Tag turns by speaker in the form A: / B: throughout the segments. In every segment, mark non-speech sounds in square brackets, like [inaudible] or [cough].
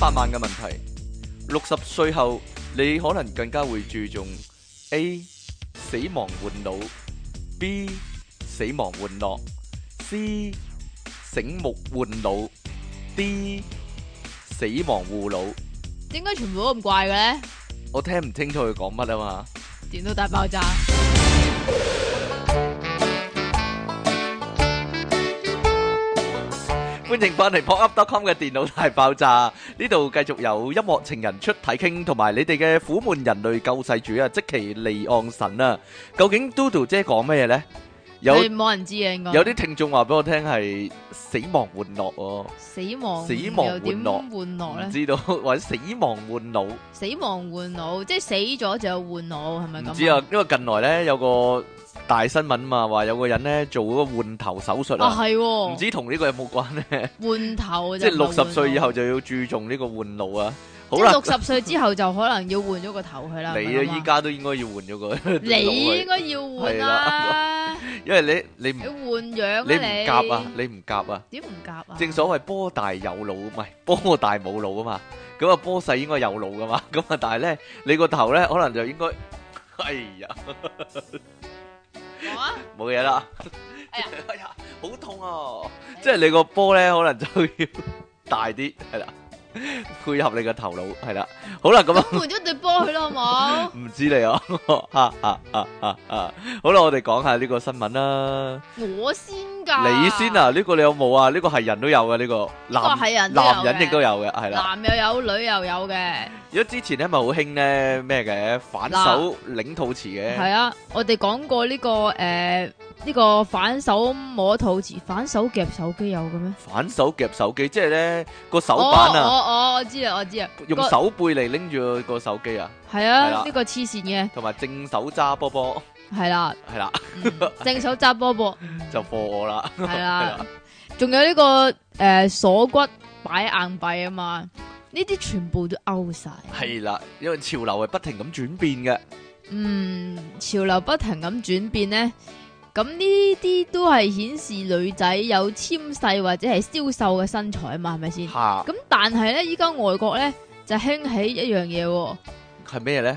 A: 百萬嘅問題，六十歲後你可能更加會注重 A 死亡換腦，B 死亡換樂，C 醒目換腦，D 死亡護腦。
B: 點解全部都咁怪嘅咧？
A: 我聽唔清楚佢講乜啊嘛。
B: 電腦大爆炸，
A: 欢迎翻嚟 p o p u p c o m 嘅電腦大爆炸，呢度繼續有音樂情人出體傾，同埋你哋嘅苦悶人類救世主啊，即其利昂神啊，究竟 Dodo 姐講咩呢？有
B: 你冇人知嘅應該。
A: 有啲聽眾話俾我聽係死亡玩樂喎，
B: 死亡，
A: 死亡
B: 又點
A: 玩樂
B: 換
A: 唔
B: 樂哦咧？
A: 知道 [laughs] 或者死亡玩腦，
B: 死亡換腦，即係死咗就有換腦，係咪咁？
A: 唔知啊，，因為近來呢，有個大新聞嘛，話有個人呢做嗰個換頭手術
B: 啊
A: 啊，
B: 係
A: 唔
B: 喎，
A: 知同呢個有冇關呢？
B: 換頭
A: 即係六十歲以後，就要注重呢個換腦啊。好
B: 即係
A: 啦。
B: 六十歲之後就可能要換咗個頭去啦。係咪
A: 你
B: 咁
A: 啊，
B: 啊
A: 依家都應該要換咗個 [laughs] 腦
B: 你
A: 去
B: 應該要換啦，
A: 因為你你
B: 你
A: 唔
B: 換樣
A: 你唔
B: 啊
A: 夾啊，你唔夾啊，
B: 點唔夾啊？
A: 正所謂波大有腦，唔係波大冇腦啊嘛。咁啊，波細應該有腦噶嘛。 [laughs] 咁啊，但係咧，你個頭咧，可能就應該， [laughs] 哎呀，
B: 講啊，
A: 冇嘢啦。[laughs]
B: 哎呀，
A: 哎呀，好痛啊！即係你個波咧，可能就要大啲，係啦，配合你個頭腦，係啦。好啦，咁啊。 [laughs]
B: 換咗對波去啦，好冇？
A: 唔知你啊， [laughs] 啊啊啊啊啊！好啦，我哋講下呢個新聞啦。
B: 我先㗎，
A: 你先啊！呢、個你有冇啊？呢、個係人都有嘅，呢、個
B: 呢
A: 男
B: 個係人都有嘅
A: 男人亦都有嘅，係啦。
B: 男又有，女又有嘅，
A: 如果之前咧咪好興咧咩嘅反手領肚臍嘅，
B: 係啊，我哋講過呢個诶呢個反手摸肚臍，反手夾手機有嘅咩？
A: 反手夾手機，即係咧個手
B: 哦
A: 板啊，
B: 哦哦，我知啦，我知啦，
A: 用
B: 個
A: 手背嚟拎住個手機啊，
B: 係
A: 係啦
B: 啊，呢個黐線嘅，
A: 同埋正手揸波波，
B: 係啦，
A: 係啦， [laughs]
B: 嗯正手揸波波，
A: 就貨我啦，
B: 係
A: 係
B: 啦，仲有呢個诶鎖骨擺硬幣啊嘛，呢啲全部都 out 晒，
A: [laughs] 係啦，因為潮流係不停咁轉變嘅，
B: 嗯，潮流不停咁轉變呢，咁呢啲都係顯示女仔有纖細或者係消瘦嘅身材啊嘛，係咪先？
A: 嚇
B: 咁但係呢，依家外國呢，就興起一樣嘢、
A: 係咩咧？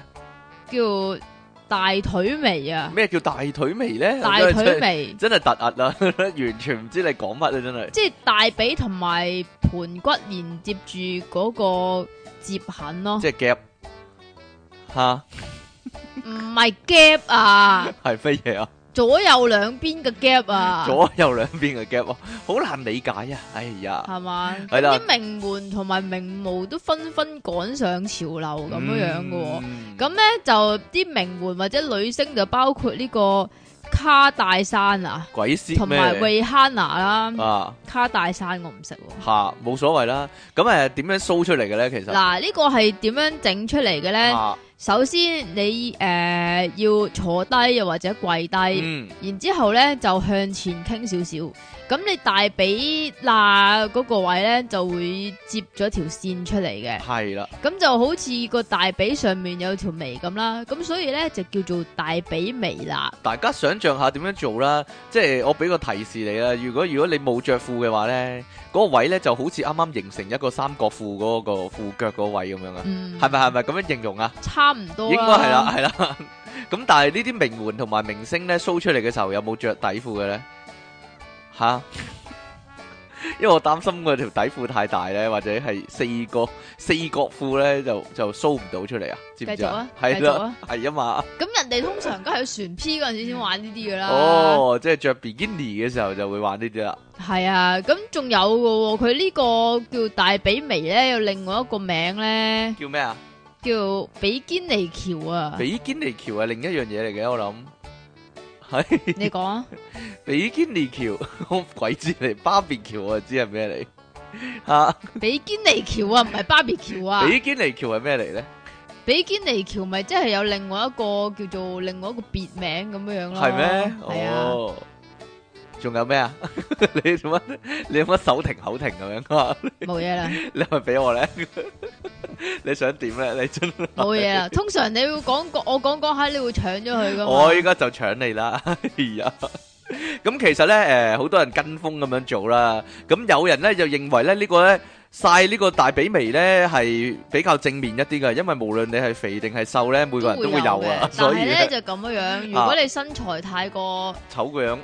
B: 喎，叫大腿
A: [laughs]
B: 眉啊，
A: 咩叫大腿眉咧？
B: 大
A: 真
B: 腿
A: 係
B: 眉，
A: 真係突兀啦， [laughs] 完全唔知你講乜啊！真係
B: 即係大髀同埋盤骨連接住嗰個接痕咯，
A: 即係夾嚇
B: 唔係 gap 啊，
A: 係乜嘢啊？
B: 左右兩邊嘅 gap 啊，
A: 左右兩邊嘅 gap，啊好難理解啊！哎呀，
B: 系嘛？
A: 係
B: 咁
A: 啦
B: 啲名門同埋名模都紛紛趕上潮流咁樣樣嘅喎。
A: 嗯
B: 咁咧就啲名媛或者女星就包括呢個卡戴珊啊，
A: 鬼知
B: 同埋
A: 咩
B: Rihanna 啦。
A: 啊
B: 卡戴珊我唔識喎。
A: 吓，冇所謂啦。咁誒點樣 show 出嚟嘅咧？其實
B: 嗱，呢個係點樣整出嚟嘅咧？
A: 啊，
B: 首先你诶要坐低又或者跪低，
A: 嗯
B: 然之后咧就向前傾少少。咁你大髀罅嗰個位咧就會接咗條線出嚟嘅。
A: 係啦，
B: 咁就好似個大髀上面有條眉咁啦，咁所以咧就叫做大髀眉啦。
A: 大家想象下點樣做啦。即係我俾個提示你啦。如果如果你冇着褲嘅話咧，嗰個位咧就好似啱啱形成一個三角褲嗰個褲腳嗰位咁樣啊。
B: 嗯，
A: 係咪係咪咁樣形容啊？
B: 差唔多
A: 應該
B: 啦
A: 係啦，，係 [laughs] 啦。咁但係呢啲名媛同埋明星咧 show 出嚟嘅時候，有冇着底褲嘅咧？ [laughs] 吓，因為我擔心佢條底褲太大咧，或者係四角四角褲咧就就 show 唔到出嚟啊？知唔知
B: 繼續啊
A: 係
B: 繼續
A: 啦
B: 啊，
A: 係啊嘛。
B: 咁人哋通常都喺船 P 嗰陣時先玩呢啲噶啦。，
A: 哦，即係着 bikini 嘅時候就會玩呢啲啦。
B: 係啊，咁仲有嘅喎，佢呢個叫大髀眉咧，有另外一個名咧
A: 叫咩啊？
B: 叫比堅尼橋啊。
A: 比堅尼橋係另一樣嘢嚟嘅，我諗。係 [laughs]
B: 你講啊，
A: 比堅尼 [laughs] 橋，我鬼知你芭比橋我就知係咩嚟吓。
B: 比堅尼橋啊，唔係芭比橋啊。
A: 比堅尼橋係咩嚟咧？
B: 比堅尼橋咪即係有另外一個叫做另外一個別名咁樣樣咯。
A: 係咩？
B: 係啊。
A: 哦，仲有 [laughs] 咩啊？你做乜？你有乜手停口停咁樣啊？
B: 冇嘢啦，
A: 你係咪俾我 [laughs] 咧？你想點咧？你真係
B: 冇嘢啦。通常你會講講，我講講下，你會搶咗佢噶嘛？
A: 我依家就搶你 [laughs] 啦！哎呀，咁其實咧，誒好多人跟風咁樣做啦。咁有人咧就認為咧呢個咧晒呢個大髀眉呢係比較正面一啲嘅，因為無論你係肥定係瘦呢，每個人都會有啊 [laughs]
B: 嘅，但
A: 所以
B: 係
A: 呢
B: 咧就咁樣樣。如果你身材太過，
A: 醜個樣，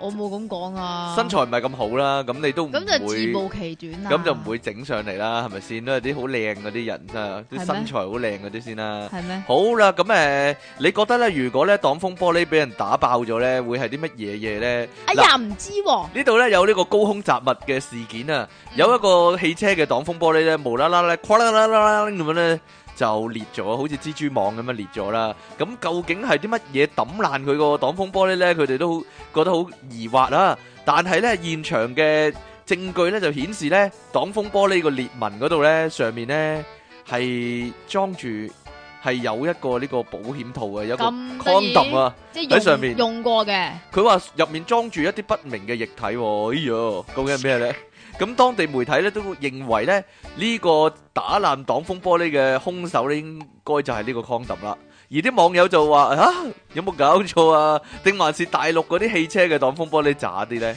B: 我冇咁講啊。
A: 身材唔係咁好啦，咁你都唔
B: 咁就自
A: 會，
B: 暴其短啦。
A: 咁就唔會整上嚟啦，係咪先？都係啲好靚嗰啲人啊，
B: 係
A: 啲
B: 咩
A: 身材好靚嗰啲先啦。
B: 係咩？
A: 好啦，咁誒、呃你覺得呢？如果呢擋風玻璃俾人打爆咗呢，會係啲乜嘢嘢呢？
B: 哎呀，唔知喎。
A: 呢度咧有呢個高空雜物嘅事件啊，有
B: Ừ.
A: 一個汽車嘅擋風玻璃咧，無啦啦咧，咵啦啦啦啦咁樣咧就裂咗，好似蜘蛛網咁樣裂咗啦。咁究竟係啲乜嘢抌爛佢個擋風玻璃咧？佢哋都好覺得好疑惑啦。但係咧現場嘅證據咧就顯示咧，擋風玻璃個裂紋嗰度咧上面咧係裝住係有一個呢個保險套嘅，有一個
B: 咁得意
A: condom 啊。
B: 即係
A: 喺
B: 用
A: 上面
B: 用過嘅，
A: [laughs] 佢話入面裝住一啲不明嘅液體喎、哎呀，究竟係咩呢？咁當地媒體咧都認為咧呢、個打爛擋風玻璃嘅兇手咧應該就係呢個 condom 啦。而啲網友就話：啊，有冇搞錯啊？定還是大陸嗰啲汽車嘅擋風玻璃渣啲呢？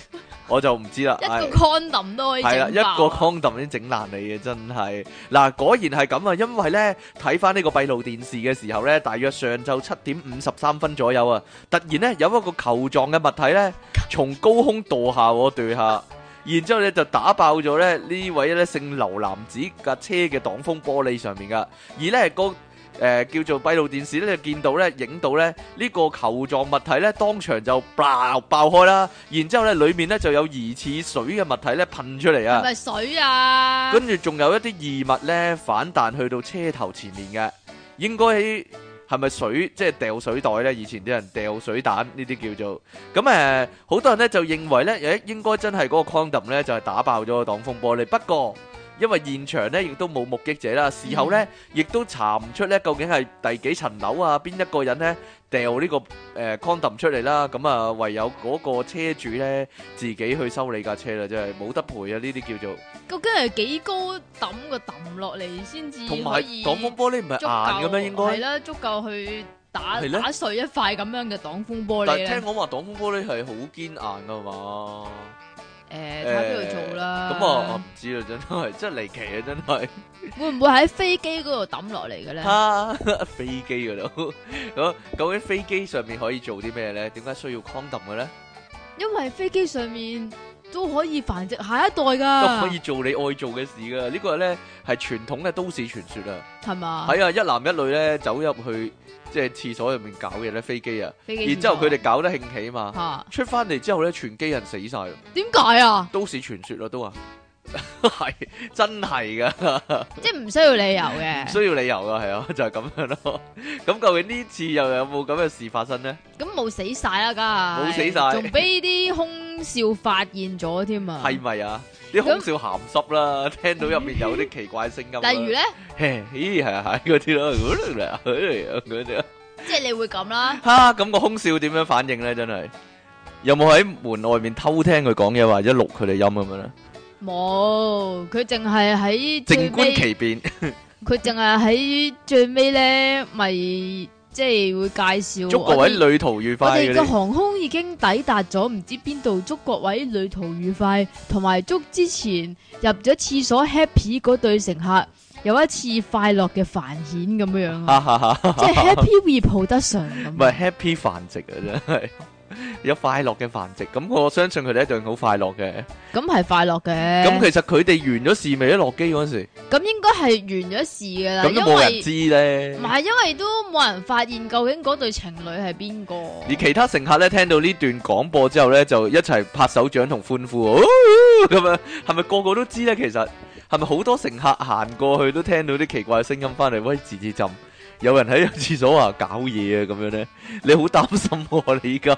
A: 我就唔知啦。
B: 一
A: 唉
B: 個 condom 都可以
A: 係啦，
B: 整
A: 一個
B: 爆。
A: condom 已經整爛你嘅，真係嗱，果然係咁啊！因為咧睇翻呢個閉路電視嘅時候咧，大約上晝七點五十三分左右啊，突然咧有一個球狀嘅物體咧從高空墮下喎，墮下，然之後咧就打爆咗咧呢位咧姓劉男子架車嘅擋風玻璃上面噶，而咧個。誒、叫做閉路電視咧，就見到咧影到咧呢、個球狀物體咧，當場就爆爆開啦，然之後咧裡面咧就有疑似水嘅物體咧噴出嚟
B: 係
A: 啊！
B: 咪水啊？
A: 跟住仲有一啲異物咧反彈去到車頭前面嘅，應該喺係咪水即係掉水袋咧？以前啲人掉水彈呢啲叫做咁誒，呃好、多人咧就認為咧，誒應該真係嗰個 condom 咧就係、打爆咗個擋風玻璃。不過因為現場咧亦都冇目擊者啦，事後咧亦都查唔出咧究竟係第幾層樓啊，邊一個人咧掉呢、個誒、呃 condom 出嚟啦。咁啊，唯有嗰個車主咧自己去修理架車啦，真係冇得賠啊！呢啲叫做。
B: 究竟係幾高抌個抌落嚟先至
A: 同
B: 嗯可
A: 埋
B: 以
A: 擋風玻璃唔係
B: 足
A: 硬嘅咩？
B: 夠
A: 啊應
B: 係
A: 該，
B: 啦，足夠去打
A: 係咧
B: 打碎一塊咁樣嘅擋風玻
A: 但係
B: 璃咧
A: 聽。講話擋風玻璃係好堅硬噶嘛？
B: 誒，睇邊度做啦。
A: 咁啊，我唔知啦，真係 [laughs] 真係離奇啊，真係
B: 會唔會喺飛機嗰度抌落嚟嘅咧？
A: 哈 [laughs] 飛機嗰度 [laughs] 咁啊究竟飛機上面可以做啲咩咧？點解需要 condom 嘅咧？
B: 因為飛機上面都可以繁殖下一代㗎，
A: 都可以做你愛做嘅事噶。呢個咧係傳統嘅都市傳說啊。
B: 係嘛？
A: 係啊，一男一女咧走入去即係廁所入面搞嘢咧，飛機啊，
B: 飛機啊
A: 然之後佢哋搞得興起嘛，
B: 嚇
A: 出翻嚟之後咧，全機人死晒。
B: 點解啊？
A: 都市傳說咯，都
B: [laughs]
A: 話係真係噶，
B: 即係唔需要理由
A: 唔
B: 嘅，
A: 需要理由噶，係啊， [laughs] 就係、咁樣咯。咁究竟呢次又有冇咁嘅事發生呢？
B: 咁冇死晒啦，梗係
A: 冇死晒
B: 仲俾啲空少發現咗添啊！
A: 係咪啊？啲空少鹹濕啦，聽到入面有啲奇怪聲音啦，
B: 例如咧，
A: 嘿，咦係啊係嗰啲咯，嗰 [laughs] 啲啊
B: 即係你會咁啦。
A: 嚇咁個空少點樣反應呢？真係有冇喺門外面偷聽佢講嘢，或者錄佢哋音咁樣呢？
B: 冇，佢淨係喺最
A: 靜觀
B: 尾，
A: 其變，
B: 佢淨係喺最尾咧，咪即係會介紹
A: 祝各
B: 我
A: 位
B: 哋
A: 旅途愉
B: 我
A: 快
B: 哋
A: 嗰
B: 嘅
A: 啲。
B: 航空已經抵達咗唔知邊度，祝各位旅途愉快，同埋祝之前入咗廁所 happy 嗰對乘客有一次快樂嘅繁衍咁樣樣啊，
A: 哈哈哈！
B: 即係 happy reproduction 咁。
A: 唔係 happy 繁殖啊，真係有快樂嘅繁殖。咁我相信佢哋一定好快樂嘅。
B: 咁係快樂嘅。
A: 咁其實佢哋完咗事未咧？落機嗰陣時，
B: 咁應該係完咗事噶啦，
A: 咁都
B: 因
A: 冇人
B: 為
A: 知咧
B: 唔。係因為都冇人發現究竟嗰對情侶係邊個。
A: 而其他乘客咧聽到呢段廣播之後咧，就一齊拍手掌同歡呼，哦咁樣係咪個個都知咧？其實係咪好多乘客行過去都聽到啲奇怪嘅聲音翻嚟？喂，字字浸，有人喺廁所啊搞嘢啊咁樣咧，你好擔心喎、你依家。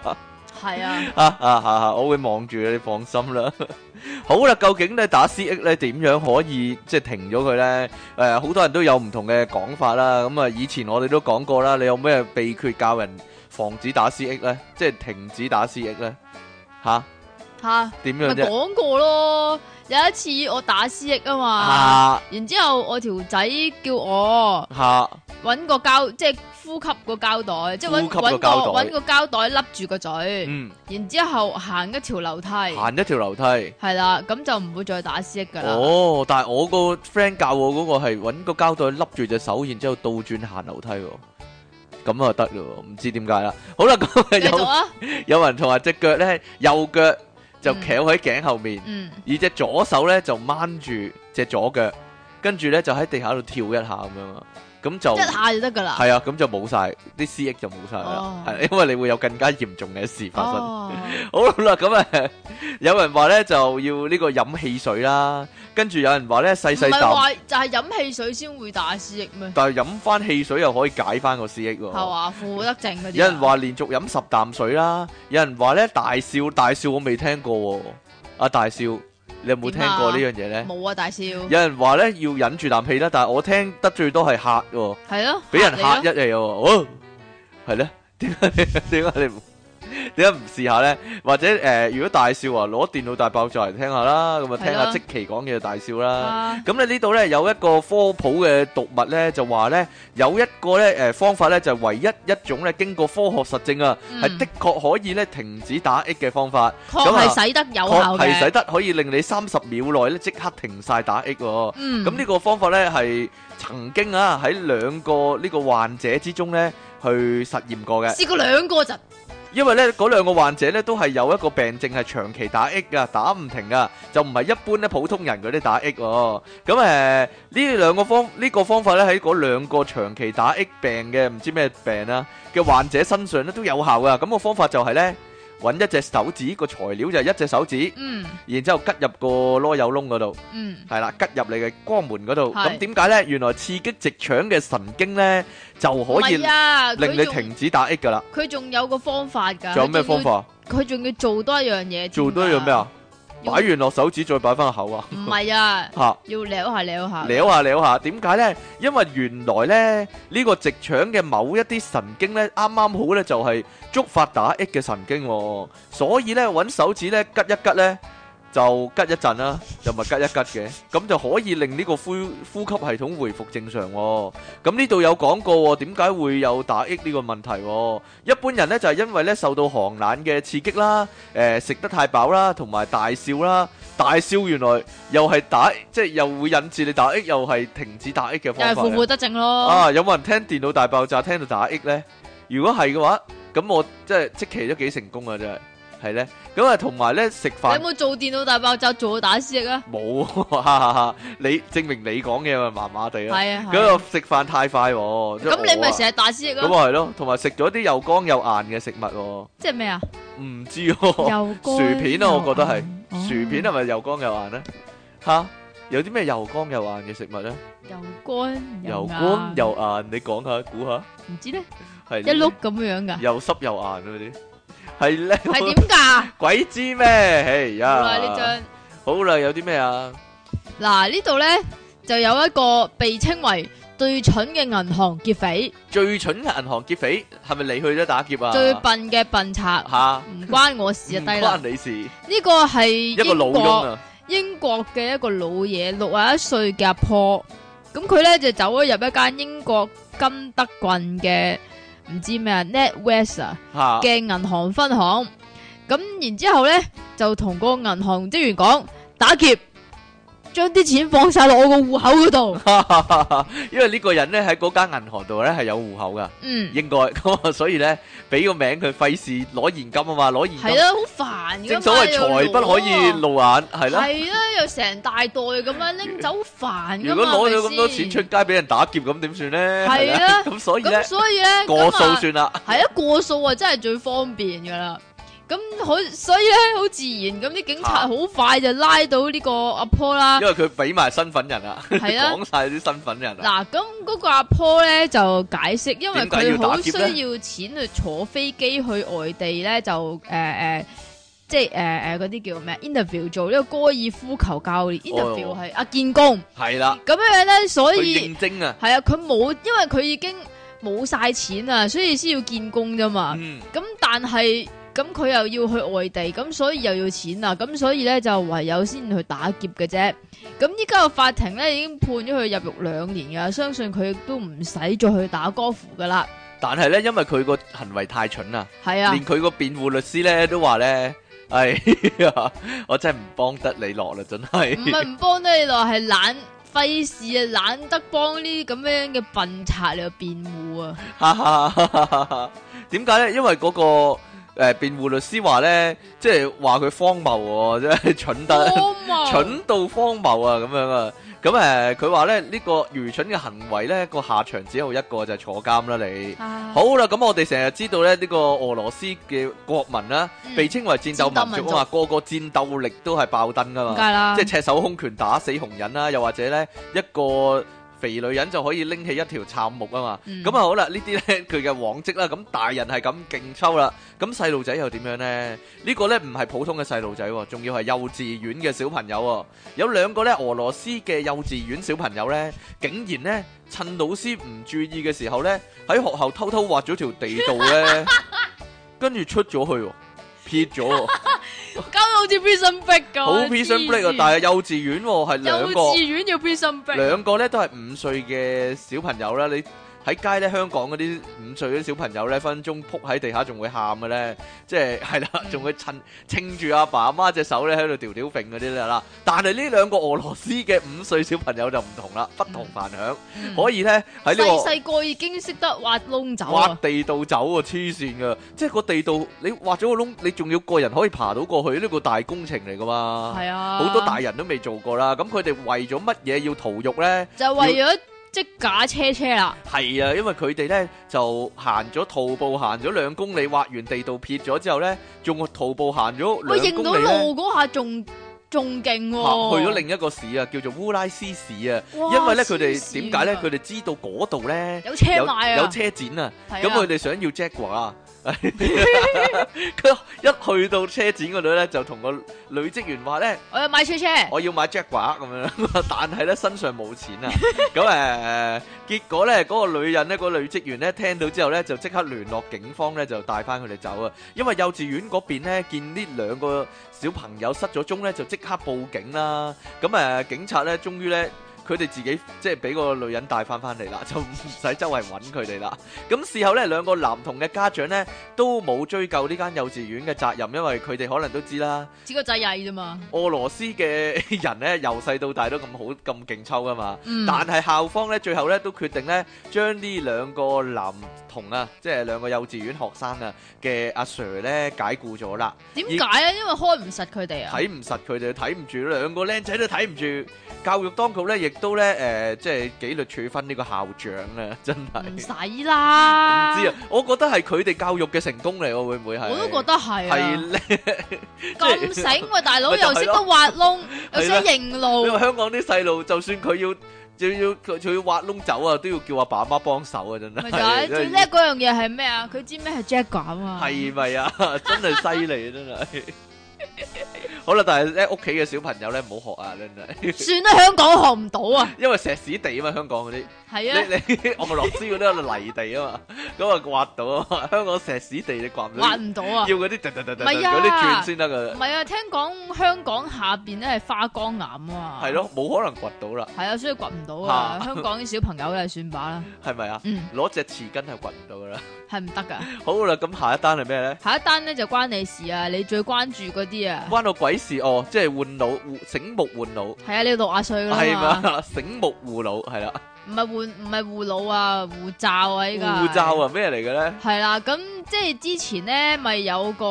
B: 係啊，
A: 啊啊啊啊！我會望住你，放心啦。 [laughs] 好啦，究竟咧打 C X 咧點樣可以即係停咗佢呢？誒、好多人都有唔同嘅講法啦。咁、啊，以前我哋都講過啦。你有咩秘訣教人防止打 C X 呢？即係停止打 C X 呢？吓、
B: 吓
A: 點
B: 咪
A: 樣啫？
B: 講過咯。有一次我打思噎啊嘛，
A: 吓
B: 然之後我條仔叫我
A: 吓
B: 搵個膠，即係呼吸個膠袋，即係搵
A: 呼吸個
B: 搵
A: 膠
B: 個
A: 袋
B: 搵個膠袋笠住個嘴，
A: 嗯，
B: 然之后行一條樓梯，係
A: 行一條樓梯。
B: 啦，咁就唔會再打思噎噶啦。
A: 哦，但係我個 friend 教我嗰個係揾個膠袋笠住隻手，然之後倒轉行樓梯喎，咁啊得咯，唔知點解啦。好啦，咁
B: 繼續
A: 有
B: 啊，
A: 有人同話只腳咧右腳就
B: 嗯
A: 翹喺頸後面。
B: 嗯，
A: 而隻左手咧就掹住隻左腳，跟住咧就喺地下度跳一下咁樣啊，咁就
B: 一下就得噶啦。
A: 係啊，咁就冇晒啲思憶就冇晒啦
B: 哦，
A: 係、因為你會有更加嚴重嘅事發生。
B: 哦，
A: 好啦，咁啊，有人話咧就要呢個飲汽水啦，跟住有人話咧細
B: 唔
A: 細
B: 係
A: 啖，
B: 話就係飲汽水先會打思噎咩？
A: 但係飲翻汽水又可以解翻個思憶喎。
B: 係嘛，負得正嗰啲啊。
A: 有人話連續飲十啖水啦，有人話咧大笑大笑我未聽過喎，啊大笑，你有冇聽
B: 點啊
A: 過呢樣嘢咧？
B: 冇啊，大笑
A: 有人話咧要忍住啖氣啦，但係我聽得最多係嚇喎，
B: 係咯，
A: 俾人
B: 嚇
A: 嚇
B: 你啊
A: 一
B: 咯
A: 嚟喎，哦，係咧，點解你 [laughs] 點解你唔點解唔試下咧？或者誒、呃如果大笑啊，攞電腦大爆炸嚟聽下啦，咁啊聽
B: 係
A: 下
B: 咯
A: 即期講嘢大笑啦。
B: 啊
A: 咁咧呢度咧有一個科普嘅讀物咧，就話咧有一個咧誒、呃方法咧就係唯一一種咧經過科學實證啊，係、
B: 嗯
A: 的確可以咧停止打 A 嘅方法。
B: 確
A: 咁啊
B: 係使得有效
A: 係使
B: 嘅。
A: 得可以令你三十秒內咧即刻停晒打 A 喎。
B: 嗯，
A: 咁呢個方法咧係曾經啊喺兩個呢個患者之中咧去實驗過嘅，
B: 試過兩個就
A: 因為咧嗰兩個患者咧都係有一個病症係長期打 A 噶，打唔停噶，就唔係一般咧普通人嗰啲打 A 喎。咁誒呢兩個方呢、個方法咧喺嗰兩個長期打 A 病嘅唔知咩病啦、嘅患者身上咧都有效噶。咁、個方法就係咧揾一隻手指個材料就係一隻手指。
B: 嗯
A: 然之後吉入個啰柚窿嗰度，
B: 嗯
A: 係啦，吉入你嘅肛門嗰度。
B: 係
A: 咁點解呢？原來刺激直腸嘅神經呢，就
B: 唔
A: 可以
B: 係啊，
A: 令你
B: 佢仲
A: 停止打 A 噶啦。
B: 佢仲有個方法㗎。
A: 仲有咩
B: 佢仲
A: 方
B: 要？
A: 法？
B: 佢仲要做多一樣嘢。
A: 做多一樣咩？啊？擺
B: 要
A: 完落手指再擺翻口啊？
B: 唔係啊，
A: 嚇！
B: 要撩下撩下。
A: 撩下撩下，點解呢？因為原來呢，呢個直腸嘅某一啲神經呢，啱啱好呢就係觸發打 A 嘅神經喎，所以呢，揾手指呢，吉一吉呢，就吉一陣啦，又咪吉一吉嘅，咁就可以令呢個呼呼吸系統回復正常喎。咁呢度有講過喎，點解會有打 A 呢個問題喎？一般人呢，就係因為呢受到寒冷嘅刺激啦，誒、食得太飽啦，同埋大笑啦，大笑原來。又係打，即係又會引致你打 A，又係停止打 A 嘅
B: 又
A: 方
B: 係
A: 法
B: 負負
A: 呢。
B: 得正咯。
A: 啊，有冇人聽電腦大爆炸聽到打 A 呢？如果係嘅話，咁我即係即期都幾成功啊！真係係咧。咁啊，同埋呢，食
B: 你有
A: 飯
B: 冇做電腦大爆炸做打思噎啊？
A: 冇，哈哈哈！你證明你講嘅咪麻麻地啦。
B: 係啊。係
A: 咁
B: 啊
A: 啊，食飯太快喎。即係
B: 咁你
A: 我啊
B: 咪成日打思噎
A: 咁
B: 咯？
A: 啊係咯，同埋食咗啲又乾又硬嘅食物
B: 即係
A: [laughs]
B: 咩啊？
A: 喎，唔知 [laughs] 喎。
B: 又乾
A: 薯片啊我覺得係
B: 又硬哦
A: 薯片係咪又乾又硬呢？吓，有啲咩又乾又硬嘅食物呢？
B: 又乾
A: 又
B: 硬
A: 乾又硬，你講下估下，
B: 唔知咧，
A: 係
B: 一碌咁樣噶，
A: 又濕又硬嗰啲，係咧，
B: 係點㗎？
A: [laughs] 鬼知咩？哎呀，
B: 好啦呢張。
A: 好啦，有啲咩啊？
B: 嗱，呢度咧就有一個被稱為最蠢嘅銀行劫匪，
A: 最蠢嘅銀行劫匪係咪你去咗打劫啊？
B: 最笨嘅笨賊，
A: 吓，
B: 唔關我事啊，
A: 唔
B: 低啦
A: 關。你事，
B: 呢個係
A: 一個
B: 英
A: 老翁
B: 國
A: 啊，
B: 英國嘅一個老嘢，六十一歲嘅阿婆，咁佢咧就走咗入一間英國金德郡嘅唔知咩啊 NatWest 啊
A: 吓，
B: 嘅銀行分行，咁然之後咧就同個銀行職員講打劫，將啲錢放晒落我個户口嗰度，
A: [laughs] 因為呢個人咧喺嗰間銀行度咧係有户口噶，
B: 嗯。
A: 應該 [laughs] 咁啊，所以咧俾個名佢費事攞現金啊嘛，攞現
B: 系
A: 金，
B: 啦，好煩噶
A: 正所謂財不可以露眼，係啦。
B: 系啊啦，又成大袋咁樣拎走，好煩噶
A: 如果
B: 嘛。
A: 攞咗咁多錢
B: 錢
A: 出街俾人打劫咁點算咧？
B: 啊係啊
A: 係啦 [laughs] 咁所以咧
B: 咁所以咧
A: 過數算啦，
B: 系啊，過數啊，真係最方便噶啦。咁好，所以咧好自然咁，啲警察
A: 啊
B: 好快就拉到呢個阿婆啦
A: 因。為佢俾埋身份人啊，
B: [laughs] 係啊
A: 講晒啲身份人啊，
B: 嗱，咁嗰個阿婆咧就解釋，因為
A: 點解要
B: 佢好
A: 打
B: 需
A: 劫呢
B: 要錢去坐飛機去外地咧，就诶诶。即係誒誒嗰啲叫咩？interview 做呢個高爾夫球教練，interview 係阿建工
A: 係啦，
B: 咁樣樣咧，所
A: 哦佢
B: 以
A: 認證啊，
B: 系啊，佢冇，因為佢已經冇晒錢啊，所以先要見工啫嘛。
A: 嗯，
B: 咁但係咁佢又要去外地，咁所以又要錢啦，咁所以咧就唯有先去打劫嘅啫。咁依家個法庭咧已經判咗佢入獄兩年噶，相信佢都唔使再去打歌符噶啦。
A: 但係咧，因為佢個行為太蠢啦，
B: 係啊，
A: 連佢個辯護律師咧都話咧，哎呀， [laughs] 我真係唔幫得你落啦，真係
B: 唔。係唔幫得你落，係懶費事啊，懶得幫呢啲咁樣嘅笨賊嚟去辯
A: [laughs]
B: 護啊。
A: 哈哈哈哈哈！ [laughs] 點解咧？因為嗰、個誒辯護律師話咧，即係話佢荒謬喎，真係 [laughs] 蠢得。
B: 荒謬。
A: 蠢到荒謬啊咁樣啊！咁誒，佢話咧呢、呢個愚蠢嘅行為咧個下場只有一個就係坐監啦你。
B: 啊，
A: 好啦，咁我哋成日知道咧呢、呢個俄羅斯嘅國民啦，
B: 嗯，
A: 被稱為戰鬥民族啊嘛，個
B: 戰
A: 個戰鬥力都係爆燈噶嘛，
B: 點解啦？
A: 啊即係赤手空拳打死紅人啦，又或者咧一個肥女人就可以拎起一條杉木啊嘛。
B: 嗯，
A: 咁啊好啦，呢啲 [laughs] 咧佢嘅往績啦，咁大人係咁勁抽啦，咁細路仔又點樣呢？呢個呢唔係普通嘅細路仔喎，仲要係幼稚園嘅小朋友喎。有兩個呢俄羅斯嘅幼稚園小朋友呢，竟然呢趁老師唔注意嘅時候呢，喺學校偷偷挖咗條地道
B: [laughs]
A: 呢，跟住出咗去喎，撇咗
B: [laughs]
A: 喎，
B: 搞到好似prison break咁啊，
A: 好 prison break 啊！
B: 黐線。
A: 但係幼稚園喎係兩個。
B: 幼稚園要prison break。
A: 兩個咧都係五歲嘅小朋友啦，你喺街咧香港嗰啲五歲嗰啲小朋友咧，分鐘撲喺地下仲會喊嘅咧，即係係啦，
B: 嗯
A: 仲會趁稱住阿爸阿媽隻手咧喺度吊吊揈嗰啲啦。但係呢兩個俄羅斯嘅五歲小朋友就唔同啦，不同凡響，
B: 嗯。
A: 可以咧喺呢個。
B: 細細個已經識得挖窿走啊。
A: 挖地道走啊，黐線噶！即係個地道，你挖咗個窿，你仲要個人可以爬到過去，呢個大工程嚟噶嘛，
B: 係啊。
A: 好多大人都未做過啦。咁佢哋為咗乜嘢要逃獄呢？
B: 就為咗即架車車啦。
A: 係啊，因為佢哋咧就行咗徒步行咗兩公里，挖完地道撇咗之後咧，仲徒步行咗
B: 喂，
A: 兩公里咧，
B: 認到路嗰下仲-仲勁喎。
A: 行去咗另一個市啊，叫做烏拉斯市啊。
B: 哇，
A: 因為咧佢哋
B: 黐線啊。
A: 點解咧？佢哋知道嗰度咧有
B: 有車賣啊。
A: 有車展啊，
B: 係啊。
A: 咁佢哋想要 Jaguar 啊。 [laughs] 佢一去到車展嗰度咧，就同個女職員話咧。
B: 我要買車車。
A: [laughs] 我要買 Jaguar 咁樣，但係咧身上冇錢啊。咁誒、呃，結果咧嗰、個女人咧，嗰、個女職員咧聽到之後咧，就即刻聯絡警方咧，就帶翻佢哋走啊。因為幼稚園嗰邊咧見呢兩個小朋友失咗蹤咧，就即刻報警啦。咁誒、呃警察咧終於咧。佢哋自己即係俾個女人帶翻翻嚟啦，就唔使周圍揾佢哋啦。咁事後呢，兩個男童嘅家長呢都冇追究呢間幼稚園嘅責任，因為佢哋可能都知啦。
B: 只個仔曳咋嘛。嗯。
A: 俄羅斯嘅 [laughs] 人咧，由細到大都咁好咁勁抽噶嘛。
B: 嗯
A: 但係校方咧，最後咧都決定咧，將呢兩個男童啊，即係兩個幼稚園學生啊嘅阿 Sir 咧解僱咗啦。
B: 點解啊？因為開唔實佢哋啊。
A: 睇唔實佢哋，睇唔住兩個僆仔都睇唔住。教育當局咧，亦都咧誒、呃即係紀律處分呢個校長啊，真係唔知
B: 唔使啦。
A: 啊。我覺得係佢哋教育嘅成功嚟喎，會唔會係？
B: 我都覺得係啊。
A: 係咧，
B: 咁
A: [laughs]
B: 醒，喂，大佬，
A: 咪就係咯。 [laughs]
B: 又識得挖窿，
A: 係啦。
B: 又識得認路。
A: 因為香港啲細路，就算佢要。就要佢佢要挖窿走啊，都要叫阿爸阿媽幫手啊，真係。
B: 咪就係最叻嗰樣嘢係咩啊？佢知咩係 Jack 啊嘛？
A: 係咪啊？ [laughs] 真係犀利，啊真係。 [laughs] 好啦，但係咧屋企嘅小朋友咧唔好學啊，真係， [laughs]
B: 算啦，香港學唔到啊，
A: 因為石屎地啊嘛，香港嗰啲，
B: 係啊，
A: 你你 [laughs] 俄羅斯嗰啲係泥地啊嘛，咁啊刮到啊嘛， [laughs] 香港石屎地你刮唔到
B: 挖，唔到啊，
A: 要嗰啲突突突突
B: 唔係啊
A: 嗰啲轉先得
B: 唔
A: 噶，
B: 係啊，聽講香港下邊咧係花崗岩啊嘛，
A: 係，咯，冇可能掘到啦，
B: 係啊，所以掘唔到啊，
A: 嚇
B: 香港啲小朋友咧算把
A: [laughs]
B: 啦，
A: 係咪啊？
B: 嗯，
A: 攞隻匙羹係掘唔到噶啦。
B: 係唔得噶。
A: 好啦，咁下一單係咩咧？
B: 下一單咧就關你事啊，你最關注嗰啲啊，
A: 關到鬼事哦，即係換腦，醒目換腦，
B: 係啊，你六啊歲
A: 係
B: 啦嘛，
A: 嘛？ [laughs] 醒目護腦係啦，
B: 唔係換唔係護腦啊，護罩啊依家，
A: 護罩啊咩嚟嘅咧？
B: 系啦，咁即系之前咧，咪有個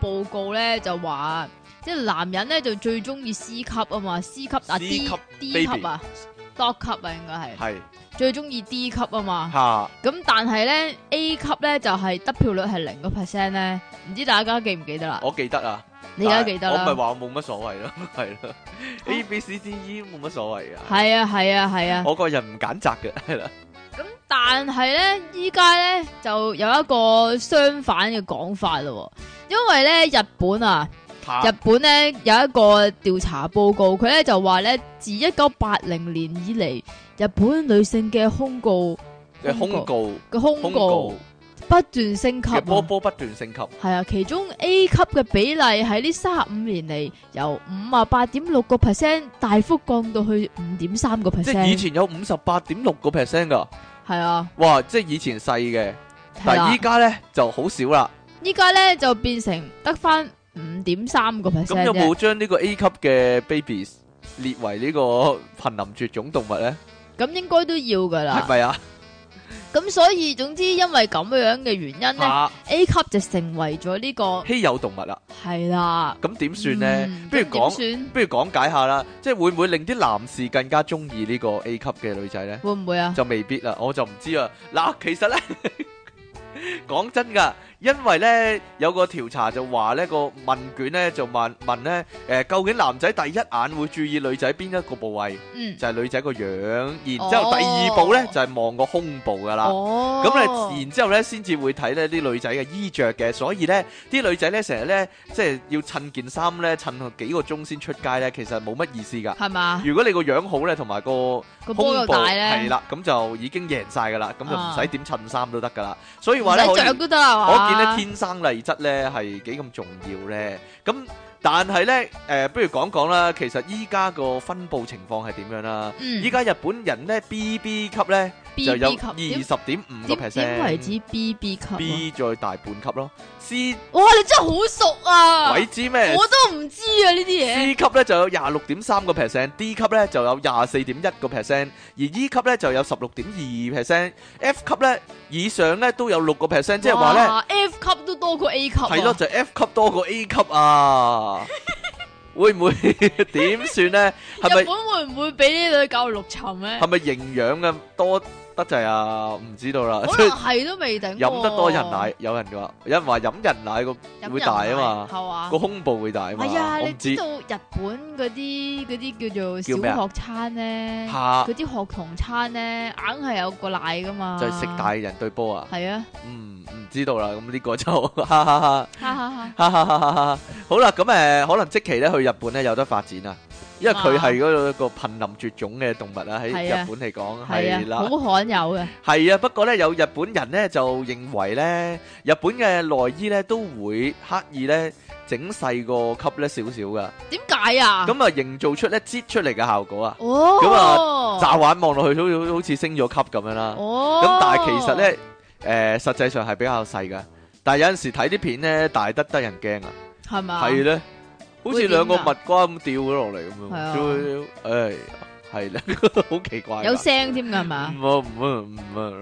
B: 報告咧就話，即系男人咧就最中意 C 級啊嘛，C 級
A: C
B: 啊 D
A: 級
B: D
A: baby
B: 級啊，D 級啊應該係
A: 係
B: 最中意 D 級啊嘛。
A: 嚇。
B: 咁但係咧 A 級咧就係得票率係零個 percent 咧，唔知大家記唔記得啦？
A: 我記得啊，
B: 你而家
A: 但係
B: 記得
A: 我咪
B: 啦？
A: 話我冇乜所謂咯， [laughs] 係咯，A B C D E 冇乜所謂啊。
B: 係啊係啊係啊。
A: 我個人唔揀擇嘅，係啦，
B: 咁但係咧，依家咧就有一個相反嘅講法咯喎，因為咧日本啊。
A: 怕
B: 日本咧有一個調查報告，佢咧就話咧，自一九八零年以嚟，日本女性嘅胸告
A: 嘅
B: 恐
A: 控告，
B: 嘅胸
A: 控
B: 告
A: 告
B: 不斷升級
A: 嘅波
B: 啊。
A: 波不斷升級，
B: 系啊，其中 A 級嘅比例喺呢三十五年嚟，由五啊八点六个 percent 大幅降到去五点三个
A: 即係以
B: percent，
A: 前有58.6個percent㗎，哇，即係以前細嘅，
B: 系啊，係啦
A: 但係依家呢，就好少啦。
B: 依家咧就變成得翻五點三個 percent
A: 咁有
B: 啫。
A: 冇將呢個 A 級嘅 babies 列為呢個瀕臨絕種動物咧？
B: 咁應該都要噶啦
A: 係。咪啊？
B: 咁所以總之，因為咁樣嘅原因咧、
A: 嚇
B: a 級就成為咗呢、個
A: 稀有動物啦，
B: 係啦。
A: 咁點算咧
B: 嗯？
A: 不如
B: 咁點
A: 講，
B: 算
A: 不如講解下啦，即係會唔會令啲男士更加中意呢個 A 級嘅女仔咧？
B: 會唔會啊？
A: 就未必啦，我就唔知啊。嗱，其實咧， [laughs] 講真噶，因為咧有個調查就話呢個問卷咧就問問咧誒、究竟男仔第一眼會注意女仔邊一個部位？
B: 嗯，
A: 就係女仔個樣，然之後
B: 哦
A: 第二步咧就係望個胸部噶啦。
B: 哦，
A: 咁咧，然之後咧，先至會睇呢啲女仔嘅衣着嘅，所以咧，啲女仔咧成日咧，即係要襯件衫咧，襯幾個鐘先出街咧，其實冇乜意思噶。
B: 係嘛？
A: 如果你個樣好咧，同埋個
B: 啊個波
A: 胸
B: 又
A: 部
B: 大
A: 係
B: 咧，
A: 啦，咁就已經贏晒噶啦，咁就唔
B: 啊
A: 使點襯衫都得噶啦。所以
B: 唔
A: 話咧，
B: 使
A: 我
B: 着
A: 哋
B: 都得啦，係
A: 我見
B: 嘛
A: 咧天生麗質咧係幾咁重要咧。咁但係咧，誒，不如講講啦，其實依家個分佈情況係點樣啦？
B: 嗯，
A: 依家日本人咧 BB 級咧就有
B: BB 級
A: 二
B: 點
A: 十點五個
B: 點點
A: percent。
B: 為止 BB 級啊
A: B 再大半級咯，C
B: 哇！你真係好熟啊！
A: 鬼知咩
B: 我都唔知啊呢啲嘢。
A: ？C 級咧就有廿六點三個 percent，D 級咧就有廿四點一個 percent，而 E 級咧就有十六點二 percent，F 級咧以上咧都有六個 percent，即係話咧
B: 哇，F 級都多過 A 級啊。
A: 係咯，就 F 級多過 A 級啊， [laughs] 會唔會 [laughs] 點算咧？係咪
B: 日本會唔會俾呢女教育沉咧
A: 係？咪營養嘅多得滯啊？唔知道啦，
B: 可能係都未定喎。
A: 飲得多人奶，有人話有人話飲人奶個
B: 飲
A: 會大啊嘛
B: 係嘛
A: 個？胸部會大啊嘛，
B: 係啊，
A: 我
B: 你
A: 唔知
B: 知道日本嗰啲嗰啲叫做
A: 叫咩啊
B: 小學餐咧，
A: 嚇
B: 嗰啲學童餐咧，硬係有個奶噶嘛。
A: 就係食大。人對波啊，
B: 係啊，
A: 嗯唔知道啦，咁呢個就 [laughs] 哈哈哈
B: 哈哈哈。
A: 哈哈哈哈哈，好啦，咁誒可能即期咧去日本咧有得發展啊，因為佢係嗰個一個瀕臨絕種嘅動物啊，喺
B: 係啊
A: 日本嚟講
B: 係
A: 係
B: 啊，
A: 啦
B: 好，罕有嘅。
A: 係啊，不過咧有日本人咧就認為咧日本嘅內衣咧都會刻意咧整細個級咧少少噶，
B: 點解啊？
A: 咁啊營造出咧擠出嚟嘅效果啊。
B: 哦，
A: 咁
B: 啊
A: 乍眼望落去好似好似升咗級咁樣啦。
B: 哦，
A: 咁但係其實咧，誒、實際上係比較細噶。但係有陣時睇啲片咧，大得得人驚啊，
B: 係嘛？
A: 係咧，好似兩個
B: 會點㗎
A: 蜜瓜咁掉咗落嚟咁
B: 係啊
A: 樣，誒係啦， [laughs] 好奇怪㗎。
B: 有聲添㗎係
A: 唔啊 [laughs]
B: 嘛？
A: 唔啊唔啊，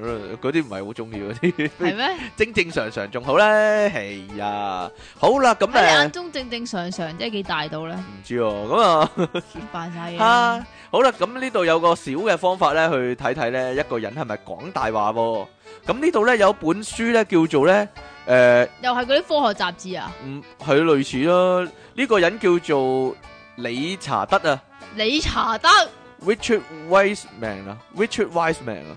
A: 嗰啲唔係好中意嗰啲， [laughs]
B: 係咩？
A: 正正常常仲好咧。係啊，好啦，咁
B: 喺你眼
A: 誒
B: 中正正常常，即係幾大到咧？
A: 唔知喎，咁啊。
B: 扮晒嘢。
A: 啊，好啦，咁呢度有個小嘅方法咧，去睇睇咧一個人係咪講大話喎。咁呢度咧有本書咧叫做咧，誒、
B: 又係嗰啲科學雜誌啊？
A: 唔係類似啦。呢、個人叫做理查德啊
B: 理查德
A: ，Richard Wiseman 啊，Richard Wiseman 啊。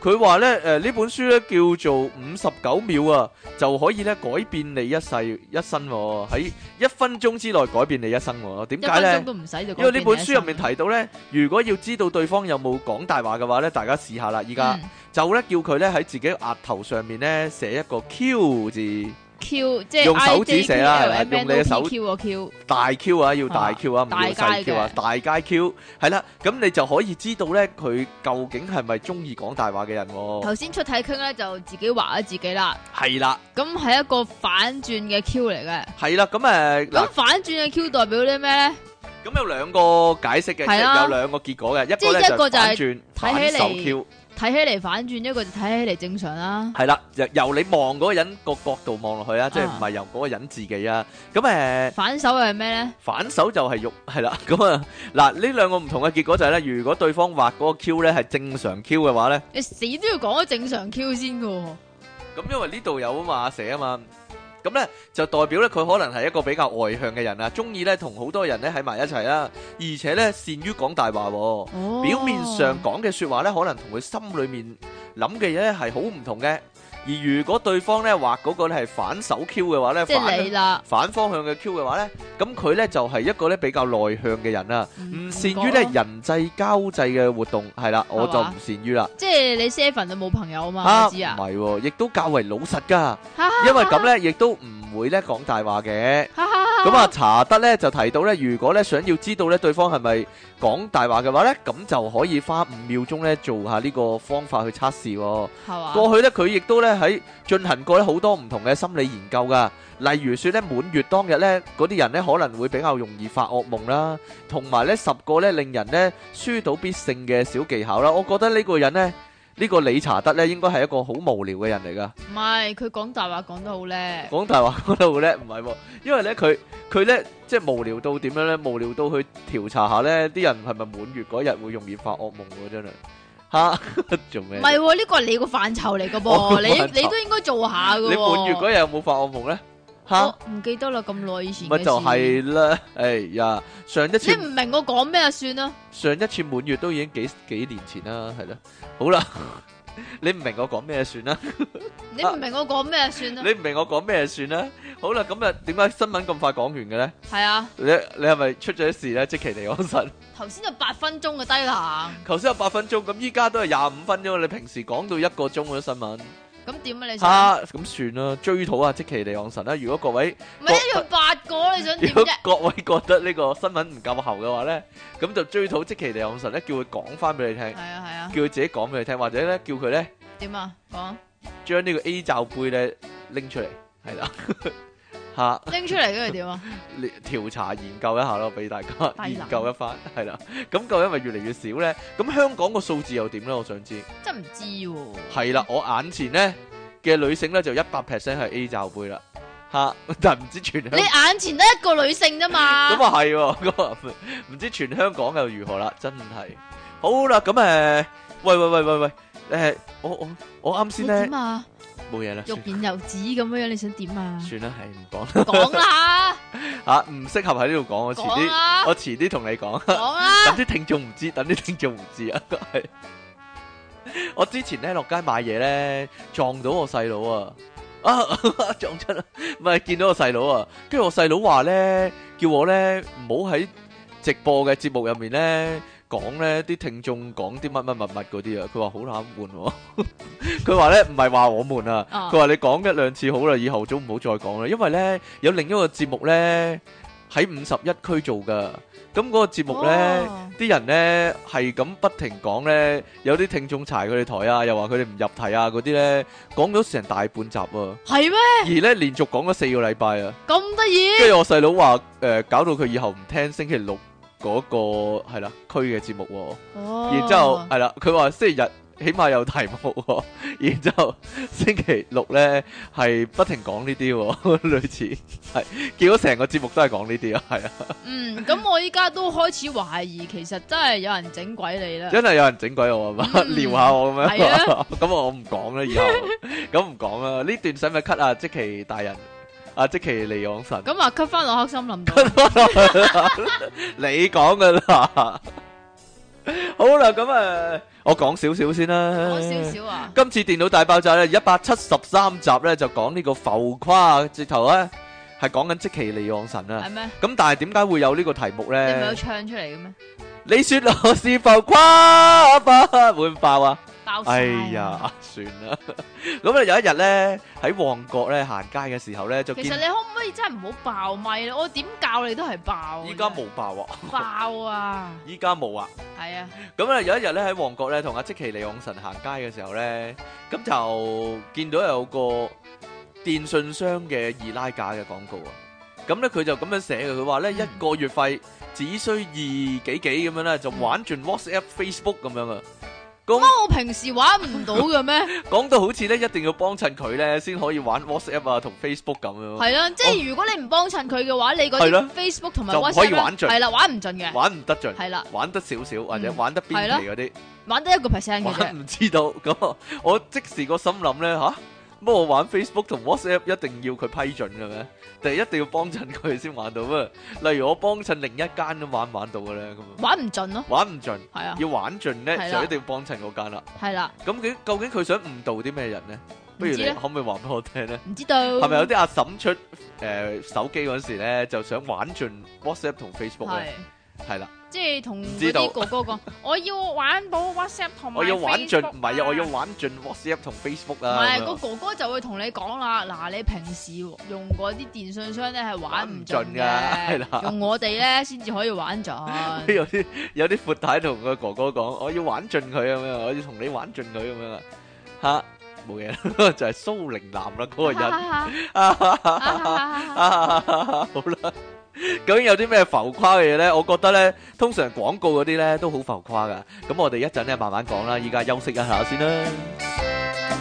A: 佢話咧，誒、呢本書咧叫做五十九秒啊，就可以咧改變你一世一生喎、喺一分鐘之內改變你一生喎、點
B: 一
A: 解
B: 分
A: 咧
B: 鐘？都唔使就講
A: 因為呢本書入
B: 俾
A: 面提到呢，如果要知道對方有冇講大話嘅話呢，大家試下啦。依
B: 你
A: 家、
B: 一生
A: 就呢，叫佢呢喺自己額頭上面呢寫一個 Q 字，
B: Q 即係
A: 用手指寫啦係啦
B: IJQLMNOPQ
A: 用你嘅手
B: 個 Q
A: 大 Q 啊，要大 Q 啊，唔
B: 大
A: 要細 Q 啊，大街 Q 係啦。咁你就可以知道呢，佢究竟係咪中意講大話嘅人喎？
B: 頭先出體傾咧就自己畫咗自己啦，
A: 係啦，
B: 咁係一個反轉嘅 Q 嚟嘅。
A: 係啦。咁誒嗱
B: 咁，反轉嘅 Q 代表啲咩咧？
A: 咁有兩個解釋嘅，
B: 係
A: 即
B: 啦
A: 係有兩個結果嘅，一個
B: 即係一
A: 呢就
B: 個就
A: 反
B: 係
A: 轉
B: 睇
A: 反
B: 起
A: 手
B: 嚟
A: Q，
B: 睇起嚟反轉，一個就睇起嚟正常啦。
A: 係啦，由由你望嗰個人個角度望落去啊，即係
B: 啊
A: 唔係由嗰個人自己啊。咁誒。
B: 反手又係咩咧？
A: 反手就係肉，係啦， [laughs] 咁啊，嗱呢兩個唔同嘅結果就係、呢：咧，如果對方畫嗰個 Q 咧係正常 Q 嘅話咧，
B: 你死都要講咗正常 Q 先嘅喎。
A: 咁因為呢度有啊嘛寫啊嘛，咁咧就代表咧佢可能係一個比較外向嘅人啊，中意咧同好多人咧喺埋一齊啦，而且咧善於講大話喎。
B: 哦
A: 表面上講嘅説話咧，可能同佢心裏面諗嘅嘢咧係好唔同嘅。而如果對方咧畫嗰個咧係反手 Q 嘅話咧，
B: 即係
A: 反
B: 你啦，
A: 反方向嘅 Q 嘅話咧，咁佢咧就係、一個咧比較內向嘅人啦，唔善於咧
B: 唔覺咯
A: 人際交際嘅活動，係啦，我就唔
B: 嘛
A: 善於啦。
B: 即係你 seven 就冇朋友嘛，
A: 啊，
B: 我
A: 唔
B: 知啊，
A: 係喎，亦都較為老實
B: [laughs]
A: 噶，
B: 哈哈
A: 因為咁咧，亦都唔會咧講大話嘅。
B: 哈哈哈
A: 咁啊，查德咧就提到咧，如果咧想要知道咧對方係咪講大話嘅話咧，咁就可以花五秒鐘咧做下呢個方法去測試、喎。
B: 係嘛，
A: 過去咧佢亦都咧喺進行過咧好多唔同嘅心理研究噶，例如說咧滿月當日咧嗰啲人咧可能會比較容易發惡夢啦，同埋咧十個咧令人咧輸到必勝嘅小技巧啦。我覺得呢個人咧。呢個理 [laughs] 查德咧，應該係一個好無聊嘅人
B: [laughs]
A: 嚟噶。
B: 唔係佢講大話講得好叻，
A: 講大話嗰度咧，唔係喎，因為咧佢佢咧即係無聊到點樣咧？無聊到去調查下咧，啲人係咪滿月嗰日會容易發惡夢喎？真係嚇做
B: 唔
A: 咩？
B: 係喎，呢個係你個範疇嚟噶
A: 我個範疇
B: 噃，你你都應該做下噶喎，
A: [laughs] 你滿月嗰日有冇發惡夢咧？嚇！
B: 我唔記得啦，咁耐以前嘅
A: 咪
B: 事
A: 就係啦，哎呀，上一
B: 你
A: 次
B: 唔明我講咩啊算啦，
A: 上一次滿月都已經幾幾年前啦，係啦，好啦， [laughs] 你唔明我講咩算啦，
B: 你唔明我講咩啊算啦，
A: 你唔明我講咩算啦，好啦，咁啊，點解新聞咁快講完嘅咧？
B: 係啊，
A: 你你係咪出咗事咧？即其地安神，
B: 頭先就八分鐘嘅低能，
A: [laughs] 頭先有八分鐘，咁依家都係廿五分鐘，你平時講到一個鐘嗰啲新聞，
B: 咁點啊你想？
A: 啊，咁算啦，追討下即其地安神啦。如果各
B: [laughs]
A: 位
B: 唔係一樣八個你想
A: 如
B: 點
A: 果
B: 啫？
A: 各位覺得呢個新聞唔夠喉嘅話咧，咁就追討即其地安神咧，叫佢講翻俾你聽
B: 係。啊係啊，
A: 叫佢自己講俾佢聽，或者咧叫佢咧
B: 點啊講？
A: 將呢個 A 罩杯咧拎出嚟，係啦， [laughs] 嚇
B: 拎出嚟跟住
A: [laughs]
B: 點啊？
A: 你調查
B: [laughs]
A: 研究一下咯，俾大家
B: 低能
A: 研究一番，係啦。咁究竟咪越嚟越少咧？咁香港個數字又點咧？我想知。
B: 真唔知喎。
A: 係啦，我眼前咧嘅女性咧就一百 percent 係 A 罩杯啦，嚇， [laughs] 但係唔知全香
B: 你眼前得一個女性啫嘛。
A: 咁啊係喎， [laughs] 咁啊唔唔知全香港又如何啦，真係。好啦，咁誒，喂喂喂喂喂，誒，我我我啱
B: 你
A: 先咧
B: 點啊？
A: 冇嘢啦，
B: 欲
A: 算
B: 言又止咁樣樣，你想點啊？
A: [laughs] 算啦，係唔講啦。
B: 講啦，
A: 啊，唔適合喺呢度講，我遲
B: 講啊
A: 啲，
B: 啦，
A: 我遲啲同你講，
B: 講啦。
A: [laughs] 等啲聽眾唔知，等啲聽眾唔知啊。係我之前咧落街買嘢咧，撞到我細佬啊，啊 [laughs] 撞出啦，唔係見到我細佬啊，跟住我細佬話咧，叫我咧唔好喺直播嘅節目入面咧講咧啲聽眾講啲乜乜乜乜嗰啲啊，佢話好冷門喎， [laughs] 佢話咧唔係話我們啊。
B: 啊
A: 佢話你講一兩次好啦，以後都唔好再講啦，因為咧有另一個節目咧喺五十一區做噶，咁嗰個節目咧
B: 哦
A: 啲人咧係咁不停講咧，有啲聽眾柴佢哋台啊，又話佢哋唔入題啊嗰啲咧，講咗成大半集啊，
B: 係咩？
A: 而咧連續講咗四個禮拜啊，
B: 咁得意？
A: 跟住我細佬話誒搞到佢以後唔聽星期六嗰個係啦區嘅節目喎。
B: 哦。
A: 然之後係啦，佢話星期日起碼有題目喎、 [laughs] 然之後星期六咧係不停講呢啲喎， [laughs] 類似係，結果成個節目都係講呢啲啊，
B: [laughs]
A: 係啊，
B: 嗯，咁我依家都開始懷疑，其實真係有人整鬼你啦。
A: 真係有人整鬼我啊嘛，
B: 嗯
A: 撩下我咁
B: 係
A: 樣
B: 啊，
A: [laughs] 咁我唔講啦，以
B: [laughs]
A: 後咁唔講啦，呢段使唔使 cut 啊？即其大人，啊即其利昂神，
B: 咁啊，cut 翻落黑森林度。
A: [laughs] 你講噶啦，好啦，咁啊，我講少少先啦，
B: 講少少
A: [laughs]
B: 啊，
A: 今次電腦大爆炸咧，一百七十三集咧就講呢個浮誇，直頭咧係講緊即其利昂神啊
B: 係。咩？
A: 咁但係點解會有呢個題目
B: 你唔係有
A: 咧？
B: 唱出嚟嘅咩？
A: 你說我是浮誇吧，會唔會爆啊？
B: 爆晒啊
A: 哎呀，算啦。 [laughs] 咁啊有一日咧喺旺角咧行街嘅時候咧就
B: 其實
A: 見
B: 你可唔可以真係唔好爆咪咧？我點教你都係爆。
A: 依家冇爆啊，
B: 爆啊，
A: 依家冇啊。
B: 係
A: [laughs]
B: 啊，
A: 咁啊有一日咧喺旺角咧同阿即其利昂神行街嘅時候咧，咁就見到有個電信商嘅二拉架嘅廣告啊。咁咧佢就咁樣寫嘅，佢話咧
B: 嗯
A: 一個月費只需二幾幾咁樣咧，就玩盡 WhatsApp、Facebook 咁樣啊。講
B: 不過我平時玩唔到嘅
A: [laughs]
B: 咩？
A: 講到好似咧一定要幫襯佢咧先可以玩 WhatsApp 啊同 Facebook 咁樣，
B: 係啦，即係如果你唔幫襯佢嘅話，你嗰
A: 哦係啦
B: 啲 Facebook 同埋
A: 就唔可以
B: WhatsApp 咧
A: 玩盡
B: 係啦，玩唔盡嘅，
A: 玩唔得盡，
B: 係啦，
A: 玩得少少或者
B: 嗯
A: 玩得邊
B: 係啦
A: 期嗰啲。
B: 玩得一個 percent 嘅
A: 玩
B: 啫。
A: 唔知道咁，我即時個心諗咧吓，乜我玩 Facebook 同 WhatsApp 一定要佢批准嘅咩？定係一定要幫襯佢先玩到咩？例如我幫襯另一間咁玩唔玩到嘅咧？咁樣
B: 玩唔盡咯，
A: 玩唔盡，
B: 係啊，
A: 要玩盡咧
B: 係啦
A: 就一定要幫襯嗰間啦。
B: 係啦，
A: 咁佢究竟佢想誤導啲咩人咧？不如
B: 唔知
A: 你
B: 咧
A: 可唔可以話俾我聽咧？
B: 唔知道
A: 係咪有啲阿嬸出誒手機嗰時咧，就想玩盡 WhatsApp 同 Facebook 咧？
B: 係
A: 係啦，
B: 即係同嗰
A: 啊知道
B: 啲哥哥講，我要玩到 WhatsApp 同埋
A: 我要玩盡，
B: Facebook
A: 唔係啊，我要
B: 唔
A: 玩盡 WhatsApp 同 Facebook 啊
B: 係
A: 咁
B: 個
A: 樣。
B: 哥哥就會同你講啦，嗱你平時用嗰啲電信商咧係玩唔盡
A: 玩唔盡㗎係啦哎
B: 嘅，用我哋咧先至可以玩
A: [laughs]
B: 盡。
A: 有啲有啲闊太同個哥哥講，我要玩盡佢咁樣，我要同你玩盡佢咁樣啊！嚇，冇嘢啦， [laughs] 就係蘇寧男啦嗰個
B: [laughs]
A: 人。 [laughs] 啊， [laughs] 好啦，究竟有啲咩浮誇嘅嘢咧？我覺得咧，通常廣告嗰啲咧都好浮誇噶。咁我哋一陣咧慢慢講啦，依家休息一下先啦。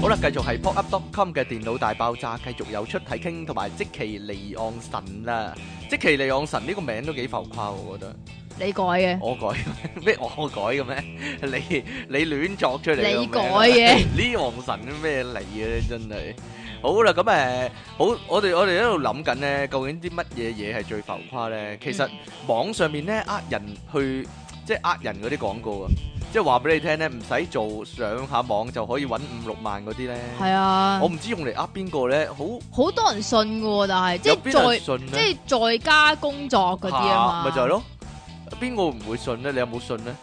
A: 好啦，繼續係 pop up dot com 嘅電腦大爆炸，繼續有出體傾同埋即其離岸神啦。啊即其離岸神呢個名都幾浮誇，我覺得。
B: 你改嘅，
A: 我改咩？我改嘅咩？你你亂作出嚟嘅
B: 你
A: 咩
B: 改嘅
A: [laughs] 呢王神咩嚟嘅咧？真係好啦，咁誒好，我哋我哋喺度諗緊咧，究竟啲乜嘢嘢係最浮誇咧？其實網上面咧呃人去即係呃人嗰啲廣告啊，即係話俾你聽咧，唔使做上下網就可以揾五六萬嗰啲咧。
B: 係啊
A: 我，唔知用嚟呃邊個咧，好
B: 好多人信嘅喎，但係即
A: 有
B: 係
A: 邊人
B: 在
A: 信咧？
B: 即係在家工作嗰啲啊嘛，
A: 嚇咪就係，咯，邊個唔會信咧？你有冇信咧？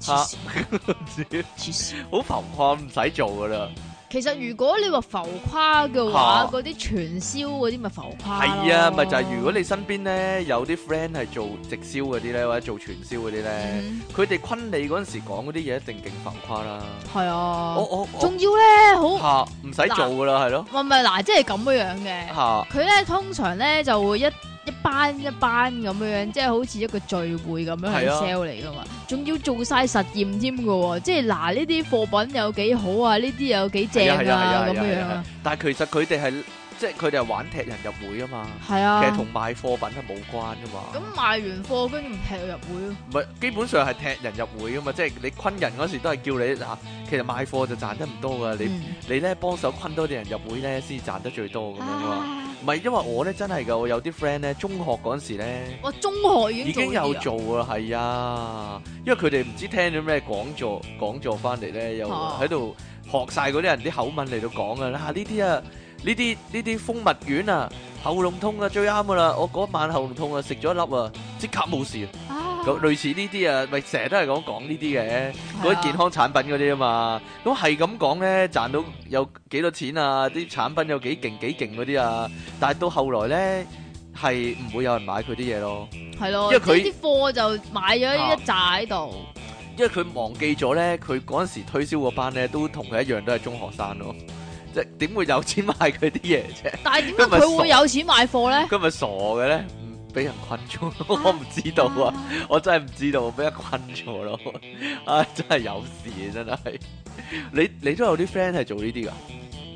B: 黐線
A: 唔知
B: 黐線。
A: 好浮誇，唔使做噶啦。
B: 其實如果你話浮誇嘅
A: 嗯
B: 話，
A: 嚇
B: 嗰啲傳銷嗰啲咪浮誇咯
A: 係啊，咪就係如果你身邊咧有啲 friend 係做直銷嗰啲咧，或者做傳銷嗰啲咧，
B: 嗯
A: 佢哋昆你嗰陣時講嗰啲嘢一定勁浮誇啦。
B: 係啊
A: 我，我我
B: 仲要咧好
A: 嚇唔使做噶啦，係咯
B: 唔係唔係嗱，即係咁樣樣嘅。
A: 嚇啊
B: 佢咧通常咧就會一一班一班咁樣樣，即係好似一個聚會咁樣去
A: 係啊
B: sell 嚟噶嘛，仲要做晒實驗添嘅喎，即係嗱呢啲貨品有幾好啊，呢啲有幾正
A: 係啊
B: 啊
A: 係
B: 咁
A: 啊
B: 樣
A: 係
B: 樣
A: 啊
B: 啊，
A: 但係其實佢哋係即係佢哋係玩踢人入會啊嘛，
B: 係
A: 其
B: 啊。
A: 實同賣貨品係冇關噶嘛，
B: 咁賣完貨跟住咪踢佢入會咯，
A: 唔係基本上係踢人入會噶嘛，即係你昆人嗰時都係叫你嗱，其實賣貨就賺得唔多噶，你
B: 嗯
A: 你咧幫手昆多啲人入會咧先賺得最多咁樣噶嘛。
B: 啊
A: 唔係，因為我咧真係噶，我有啲 friend 咧，中學嗰陣時咧
B: 我中學已
A: 已
B: 經
A: 經
B: 做呢
A: 有
B: 啲啊
A: 做啦，係啊，因為佢哋唔知聽咗咩講座，講座翻嚟咧又
B: 哦
A: 喺度學晒嗰啲人啲口吻嚟到講啊，嗱呢啲啊，呢啲呢啲蜂蜜丸啊，喉嚨痛啊最啱噶啦，我嗰晚喉嚨痛啊食咗一粒啊，即刻冇事啊，
B: 啊
A: 咁類似呢啲啊，咪成日都係咁講呢啲嘅。嗰
B: 係啊
A: 啲健康產品嗰啲啊嘛，咁係咁講咧，賺到有幾多錢啊？啲產品有幾勁幾勁嗰啲啊，但係到後來咧係唔會有人買佢啲嘢咯，
B: 系咯，
A: 因為佢啊
B: 即係啲貨就買咗一扎喺度，
A: 因為佢忘記咗咧，佢嗰陣時推銷嗰班咧都同佢一樣都係中學生咯，即係點會有錢買佢啲嘢啫？
B: 但係點解佢會有錢買貨咧？
A: 佢咪傻嘅咧？唔俾人困咗，我唔知道啊！我真係唔知道，俾人困咗咯， [laughs] 啊真係有事啊真係！你你都有啲 friend 係做呢啲㗎？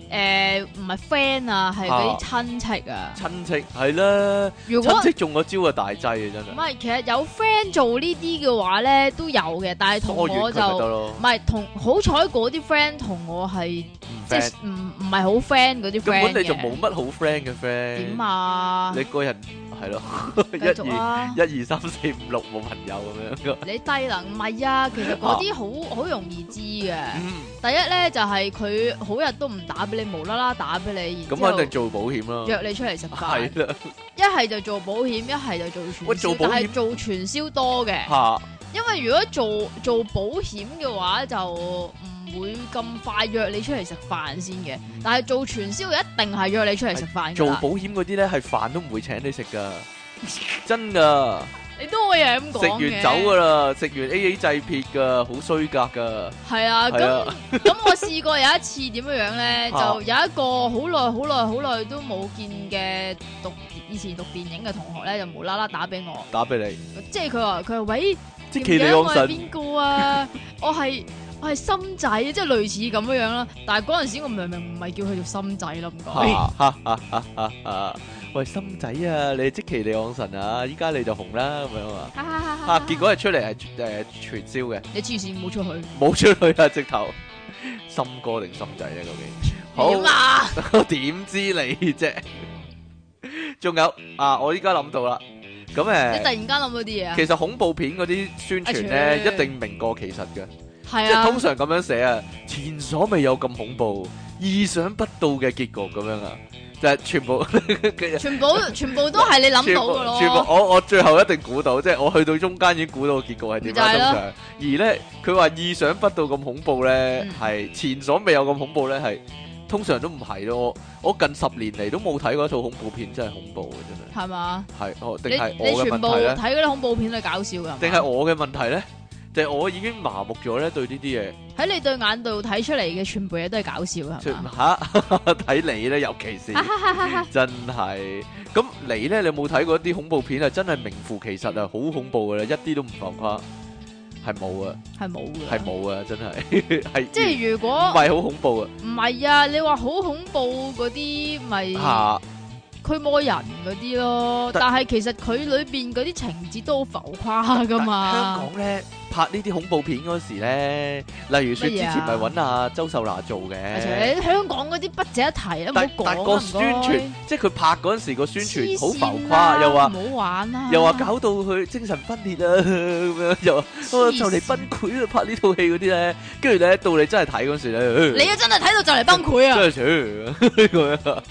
B: 诶，唔係 friend 啊，係嗰啲親戚啊。
A: 親戚係啦，
B: 如果
A: 親
B: 唔
A: 戚中個招啊大劑啊真係，
B: 係，其實有 friend 做呢啲嘅話咧都有嘅，但係同
A: 疏遠
B: 我
A: 佢咪得
B: 就。
A: 咯
B: 唔，係同好彩嗰啲 friend 同我係
A: 唔
B: 即
A: friend，
B: 係唔唔係好 friend 嗰
A: 根
B: 啲 friend
A: 本你就
B: 嘅
A: 冇乜好 friend 嘅 friend。
B: 點？啊？
A: 你個人係咯，
B: [laughs] 繼
A: 一
B: 續
A: 二
B: 啊！
A: 一二三四五六冇朋友咁樣。
B: 你低能唔係啊？其實嗰啲好好容易知嘅。
A: 嗯，
B: 第一咧就係佢好日都唔打俾你，無啦啦打俾你，
A: 咁
B: 然之後
A: 肯定做保險啦。
B: 約你出嚟食飯。
A: 係啦，
B: 一係就做保險，一係就做
A: 喂
B: 傳
A: 做
B: 銷，
A: 保險
B: 但係做傳銷多嘅， [laughs]
A: 嚇
B: 因為如果做做保險嘅話就唔會咁快約你出嚟食飯先嘅，但係做傳銷一定係約你出嚟食飯㗎
A: 嗯做
B: 啦
A: 保險嗰啲咧係飯都唔會請你食
B: [laughs]
A: 㗎，真㗎。
B: 你都可以係咁講
A: 食
B: 嘅。
A: 完啊走㗎啦，食完 A A 制撇㗎，好衰格㗎。
B: 係
A: 係
B: 啊，咁
A: 啊，
B: 咁我試過有一次點樣樣咧，就
A: 啊
B: 有一個好耐好耐好耐都冇見嘅讀以前讀電影嘅同學咧，就無啦啦打俾我，
A: 打俾你，
B: 即係佢話佢話喂。
A: 即
B: 記
A: 其
B: 唔記
A: 你
B: 得我
A: 安
B: 係
A: 神。
B: 邊
A: [laughs]
B: 個啊？我係我係心仔，即係類似咁樣樣啦。但係嗰陣時我明明唔係叫佢做心仔啦，唔該。
A: 哈哈哈哈哈哈喂，心仔啊，你即其利昂神啊，依家你就紅啦咁樣啊，吓、
B: À.
A: 結果係出嚟係誒傳銷嘅，
B: 你黐線冇出去
A: 冇出去啊，直頭心哥定心仔咧究竟？好，
B: 點啊？
A: À, 我點知你啫？仲有啊，我依家諗到啦，咁
B: 你突
A: 誒，
B: 然間諗到啲嘢啊？
A: 其實恐怖片嗰啲宣傳
B: 啊
A: 咧，
B: 切
A: 一定名過其實嘅。
B: 係
A: 即係
B: 啊，
A: 通常咁樣寫啊，前所未有咁恐怖，意想不到嘅結局咁樣啊，就係全部嘅
B: 全部
A: [laughs]
B: 全部都係你諗
A: 全
B: 到
A: 部
B: 嘅咯。
A: 全部我我最後一定估到，即係我去到中間已經估到結局係點啦。
B: 咪就
A: 通
B: 係咯
A: 常而咧，佢話意想不到咁恐怖咧
B: 嗯，
A: 係、前所未有咁恐怖咧，係通常都唔係咯。我我近十年嚟都冇睇過一套恐怖片，真係恐怖嘅
B: 係嘛？
A: 真係。係哦，
B: 你
A: 定
B: 你
A: 係我嘅
B: 全部
A: 問題
B: 睇
A: 咧？
B: 嗰啲恐怖片都係搞笑㗎，
A: 定係我嘅問題咧？就係、我已經麻木咗咧，對呢啲嘢。
B: 喺你對眼度睇出嚟嘅全部嘢都係搞笑㗎，係嘛？
A: 吓 [laughs] 睇你咧，尤其
B: [laughs]
A: 是真係咁你咧，你有冇睇過一啲恐怖片啊？真係名副其實啊，好恐怖噶啦，一啲都唔浮誇，係冇啊，
B: 係冇㗎。
A: 係。冇啊，真
B: [laughs]
A: 係係
B: 即係如
A: 唔
B: 果
A: 係好恐怖
B: 唔係啊，你話好恐怖嗰啲咪
A: 啊
B: 驅魔人嗰啲咯，
A: 但
B: 但係其實佢裏邊嗰啲情節都好浮誇
A: 嚇！
B: 㗎
A: 香
B: 嘛。
A: 港咧拍呢啲恐怖片嗰時咧，例如說之
B: 乜嘢啊
A: 前咪揾阿周秀娜做
B: 而
A: 嘅。
B: 且香港嗰啲不值一提啊啦，唔好
A: 但
B: 講啦
A: 但
B: 唔
A: 個
B: 該
A: 宣傳，即係佢拍嗰陣時個宣傳好浮
B: 黐線
A: 誇，
B: 啦
A: 又話
B: 唔好玩啦，
A: 又話搞到佢精神分裂啊，咁樣又話哦
B: 黐線
A: 就嚟崩潰啦，拍呢套戲嗰啲咧，跟住咧到你真係睇嗰時
B: 你
A: 咧，
B: 啊真係睇到就嚟崩潰啊！
A: 真 [laughs] 係咁樣啊，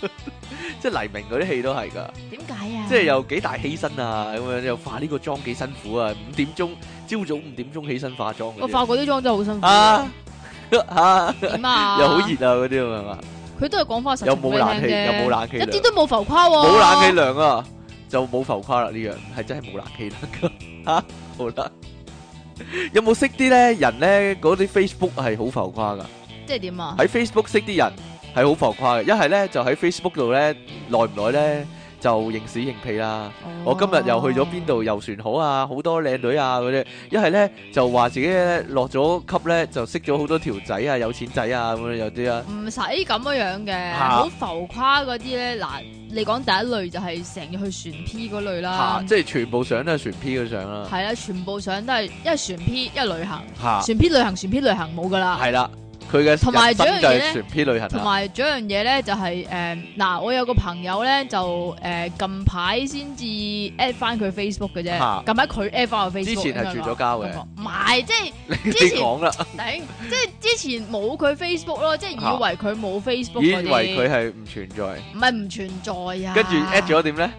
A: 即係黎明嗰啲戲都係噶，
B: 點解啊？
A: 即係有幾大犧牲啊，咁樣又化呢個妝幾辛苦啊，五點鐘朝早五點鐘起身化妝
B: 我
A: 嗰啲
B: 化嗰啲妝真係好辛苦
A: 啊 [laughs]
B: 啊，
A: 啊，
B: 點啊？
A: 又好熱，啊嗰啲啊嘛，
B: 佢都係講翻實
A: 又
B: 情俾
A: 冇
B: 你
A: 冷氣，
B: 聽
A: 又
B: 啫，
A: 冇冷氣
B: 一
A: 涼
B: 啲。都冇浮誇喎，
A: 冇冷氣涼啊，就冇浮誇啦呢樣，係真係冇冷氣 [laughs] 涼噶吓，好啦。有冇識啲咧人咧嗰啲 Facebook 係好浮誇噶？
B: 即係點啊？
A: 喺 Facebook 識啲人係好浮誇嘅，一係咧就喺 Facebook 度咧耐唔耐咧就認屎認屁啦。
B: 哦
A: 我今日又去咗邊度遊船河啊，好多靚女啊嗰啲。一係咧就話自己咧落咗級咧就識咗好多條仔啊，有錢仔啊咁樣有啲啊。
B: 唔使咁樣樣嘅，
A: 嚇
B: 好浮誇嗰啲咧，嗱，你講第一類就係成日去船 P 嗰類
A: 吓，
B: 啦，
A: 即係全部相都係船 P 嘅相啦。
B: 係啦，全部相都係一係船 P，一係旅行，
A: 吓。
B: 船 P 旅行，船 P 旅行冇噶啦。
A: 系啦，佢嘅
B: 同埋
A: 人生
B: 仲有一
A: 就
B: 樣
A: 係
B: 嘢呢
A: 船 P 旅行
B: 同
A: 啦，
B: 埋仲有一樣嘢咧，就係誒嗱，我有個朋友咧就誒、近排先至 at 翻佢 Facebook 嘅
A: 嚇
B: 啫，近排佢 at 翻我 Facebook
A: 之前係
B: 咁樣
A: 住
B: 咯
A: 咗交嘅
B: 咁講唔係即係
A: 你
B: 之前
A: 講啦，
B: 頂，即係之前冇佢 Facebook 咯，即係
A: 嚇
B: 以為佢冇 Facebook
A: 啊以
B: 嗰
A: 為佢
B: 啲，
A: 係唔存在，
B: 唔係唔存在啊。
A: 跟住 at 咗點咧？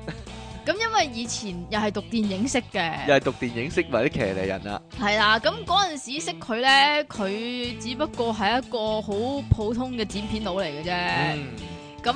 B: 咁因為以前又係讀電影識
A: 又
B: 嘅，
A: 係讀電影識埋啲騎呢人啦，
B: 係啦。咁嗰陣時識佢咧，佢只不過係一個好普通嘅剪片佬嚟嘅啫。
A: 嗯
B: 咁、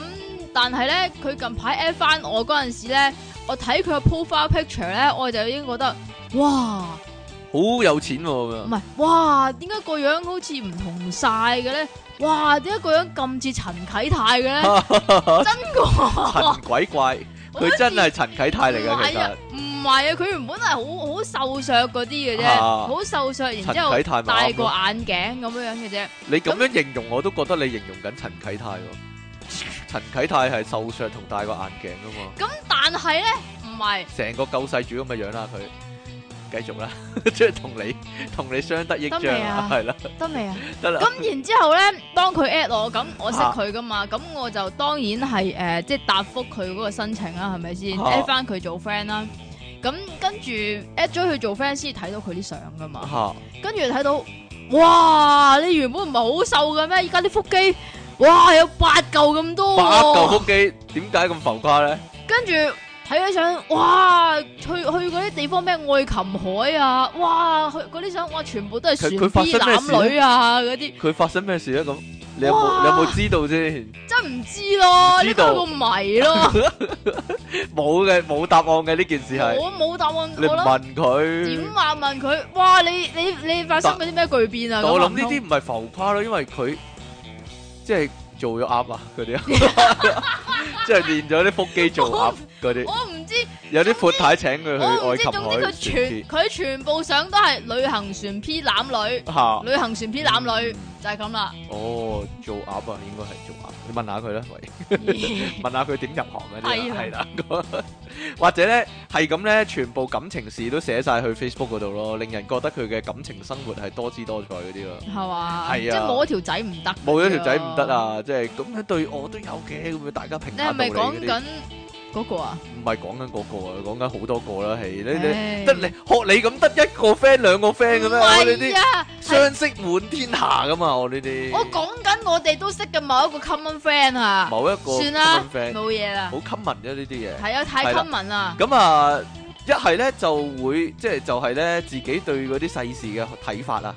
B: 但係咧，佢近排 at 翻我嗰陣時咧，我睇佢嘅 profile picture 咧，我就已經覺得哇，
A: 好有錢喎咁
B: 唔 [laughs]
A: 樣，
B: 係哇，點解個樣好似唔同晒嘅咧？哇，點解個樣咁似陳啟
A: [laughs]
B: 泰嘅咧？真㗎
A: 陳鬼怪，
B: 我覺
A: 佢
B: 得
A: 真係陳啟泰嚟
B: 唔
A: 嘅，其
B: 係啊
A: 實，
B: 唔係啊，佢原本係好好瘦削嗰啲嘅啫，
A: 啊
B: 好瘦削，然
A: 陳
B: 之後
A: 啟泰咪
B: 戴
A: 啱
B: 個
A: 咯。
B: 眼鏡咁樣樣嘅啫。
A: 你咁樣形容我都覺得你形容緊陳啟泰喎。陳啟泰係瘦削同戴個眼鏡噶嘛，
B: 咁但係咧，唔係，
A: 成個救世主咁嘅樣啦佢。繼續啦， [laughs] 即係同你同你相得益彰
B: 得未啊
A: 係啦，
B: 得未啊？
A: 得啦。
B: 咁然之後咧，當佢 at 我，咁我識佢噶
A: 啊
B: 嘛，咁我就當然係誒、呃即係答覆佢嗰個申請啦，係咪先
A: 啊
B: ？at 翻佢做 friend 啦。咁跟住 at 咗佢做 friend 先睇到佢啲相噶嘛，
A: 嚇
B: 跟住睇到，哇！你原本唔係好瘦嘅咩？依家啲腹肌，哇有八嚿咁多、喎。
A: 八嚿腹肌，點解咁浮誇咧？
B: 跟住睇起相，哇！去去嗰啲地方咩愛琴海啊，哇！去嗰啲相，哇！全部都係
A: 佢佢
B: 船
A: 發
B: B
A: 生咩事呢
B: 攬女啊嗰啲，
A: 佢發生咩事咧？咁你有冇
B: 哇
A: 你有冇知道先？
B: 真唔知咯，
A: 唔知
B: 呢
A: 道
B: 個個迷
A: [laughs]
B: 咯，
A: 冇嘅，冇答案嘅呢件事係，
B: 我冇答案，我
A: 你唔
B: 諗
A: 問
B: 點
A: 佢。
B: 話問佢，哇！你你你發生嗰啲咩巨變啊？
A: 但我
B: 咁
A: 諗
B: 啊
A: 呢啲唔係浮誇咯，因為佢即係做咗鴨啊
B: [laughs]
A: 嗰啲啊，即係練咗啲腹肌做鴨嗰
B: 唔通
A: 啲，
B: 我唔知，
A: 有啲闊太請佢
B: 我唔知，
A: 去愛
B: 總之佢全
A: 琴
B: 佢全部相都係旅行船 P 攬女，
A: 海嚇。
B: 旅行船 P 攬女就係咁啦。
A: 哦，做鴨啊，應該係做鴨。你問下佢啦，喂。問下佢點入行嗰啲啦，係
B: 係
A: 啦，咁 [laughs] 或者咧係咁咧，全部感情事都寫晒去 Facebook 嗰度咯，令人覺得佢嘅感情生活係多姿多彩嗰啲咯。
B: 係
A: [laughs]
B: 嘛？
A: 係啊
B: 即係冇咗條仔唔得，
A: 冇咗條仔唔得！啊，即係咁樣對我都有嘅，咁樣大家平
B: 你
A: 等
B: 係咪
A: 道理嗰啲。
B: 講緊嗰個啊，
A: 唔係講緊嗰個啊，講緊好多個啦，係你你
B: 唉
A: 得你學你咁得一個 friend 兩個 friend 嘅咩？我
B: 唔
A: 呢
B: 係啊，
A: 啲相識滿天下噶嘛，我呢啲
B: 我講緊我哋都識嘅某一個 common friend 啊，
A: 某一個
B: 算啦
A: common，friend
B: 冇嘢啦
A: 好，common 啫呢啲嘢。
B: 係啊，
A: 係
B: 太
A: 啦
B: common 啦，
A: 咁啊，一係咧就會即係就係咧自己對嗰啲世事嘅睇法啊，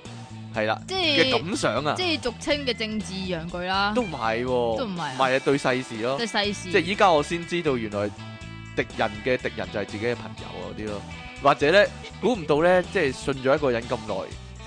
A: 係啦
B: 即
A: 嘅
B: 係
A: 感想啊，
B: 即係俗稱嘅政治陽具啦，
A: 都唔係喎，
B: 都
A: 唔
B: 唔係啊
A: 係啊對世事咯
B: 即，係世事，
A: 即係依家我先知道原來敵人嘅敵人就係自己嘅朋友啊嗰啲咯，或者咧估唔到咧即係信咗一個人咁耐，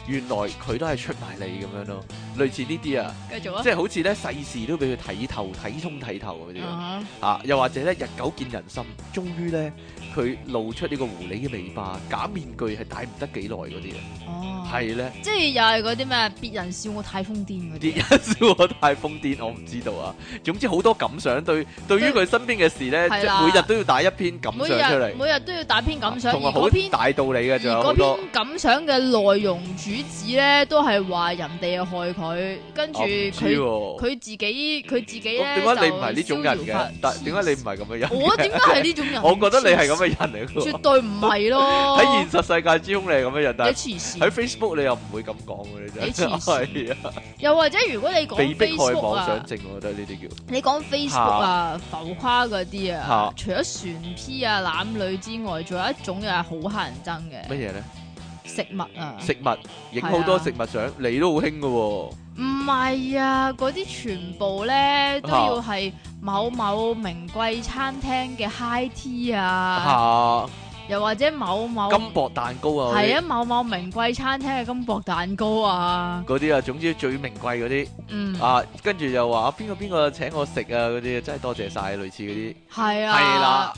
A: 原來佢都係出賣你咁樣咯，類似呢啲啊，
B: 繼續啊
A: 即係好似咧世事都俾佢睇透、睇通、睇透嗰啲啊。
B: 啊
A: 啊，又或者咧，日久見人心，終於咧佢露出呢個狐狸嘅尾巴，假面具係戴唔得幾耐嗰啲啊，
B: 哈，哦，
A: 係咧
B: 即係又係嗰啲咩，別人笑我太瘋癲嗰
A: 啲
B: 啲啊，
A: 人笑我太瘋癲，我唔知道啊。總之好多感想，對對於佢身邊嘅事咧，
B: 係
A: 即
B: 啦
A: 係每日都要打一篇感想
B: 每
A: 出
B: 日
A: 嚟，
B: 每日都要打篇感想，而
A: 同埋好
B: 嗰篇。
A: 大道理嘅，
B: 而
A: 仲有
B: 嗰
A: 好多
B: 篇感想嘅內容主旨咧，都係話人哋又害佢，跟住
A: 我唔知
B: 佢
A: 喎。
B: 佢自己佢自己咧
A: 咁點解你唔係呢種人嘅？但點解你唔係咁嘅人？
B: 我點解係呢種
A: [laughs]
B: 人？
A: 我覺得你係咁，嘅人嚟嘅
B: 絕
A: 喎。
B: 對唔係
A: [laughs]
B: 咯。
A: 喺現實世界之中，你係咁嘅人，
B: 你
A: 但係
B: 黐
A: 喺
B: 線，
A: Facebook 你又唔會咁講嘅，你
B: 你
A: 真
B: 黐線
A: 係啊！
B: 又或者如果
A: 被
B: 你講
A: 迫害
B: Facebook
A: 妄
B: 啊
A: 想，症，我覺得呢啲叫
B: 你講 Facebook 啊、浮誇嗰啲啊
A: 嚇，
B: 除咗船 P 啊、攬女之外，仲有一種又係好乞人憎
A: 乜
B: 嘅
A: 嘢咧？
B: 食物啊。
A: 食物影好多食物相，你都好興嘅喎。
B: 唔係啊，嗰啲全部咧都要係某某名貴餐廳嘅 high tea 啊，
A: 嚇
B: 又或者某某
A: 金箔蛋糕啊，
B: 係啊某某名貴餐廳嘅金箔蛋糕啊，
A: 嗰啲，嗰啲啊，總之最名貴嗰
B: 嗯
A: 啲，啊，跟住又話邊個邊個請我食啊嗰啲，真係多謝晒，類似嗰啲
B: 係啊，
A: 係啦，。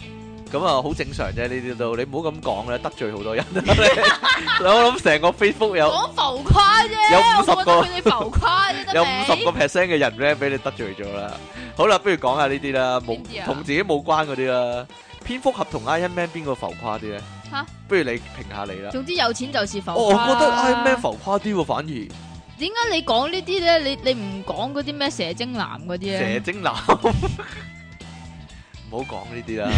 A: 咁啊，好正常啫，呢啲都你唔好咁講啦，得 [laughs] 罪好多人。你我諗成個 Facebook 有
B: 講浮誇啫，
A: 有50
B: 我
A: 個
B: 覺得佢哋浮誇
A: [laughs]
B: 啫，得
A: 有
B: 未
A: 50個 percent 嘅人咧，俾你得罪咗啦。好啦，不如講下呢啲啦，冇
B: 邊啲啊
A: 同自己冇關嗰啲啦。蝙蝠俠同 Iron Man 邊個浮誇啲咧？
B: 吓
A: 不如你評下你啦。
B: [laughs] 總之有錢就是浮誇。
A: 哦，我覺得 Iron Man 浮誇啲喎，反而
B: 點解你講呢啲咧？你你唔講嗰啲咩蛇精男嗰啲
A: 蛇
B: 咧？
A: 精男。 [laughs] 唔好講呢 [laughs] 啲啦，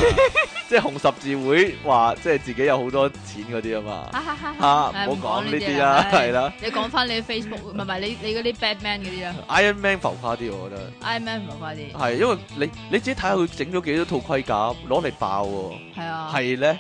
A: 即係紅十字會話，即係自己有好多錢嗰 [laughs] 啲啊嘛。
B: 哈哈哈哈
A: 啊，
B: 唉
A: 唔好講呢啲
B: 唔
A: 啦，
B: 講呢啲啦
A: 係啦
B: 你講翻你 Facebook 唔係唔係你你嗰啲 Batman 嗰啲啦
A: ，Iron Man 浮誇啲，我覺得
B: ，Iron Man 浮誇啲，
A: 係，因為你你自己睇下佢整咗幾多套盔甲攞嚟爆喎。
B: 係啊，
A: 係咧，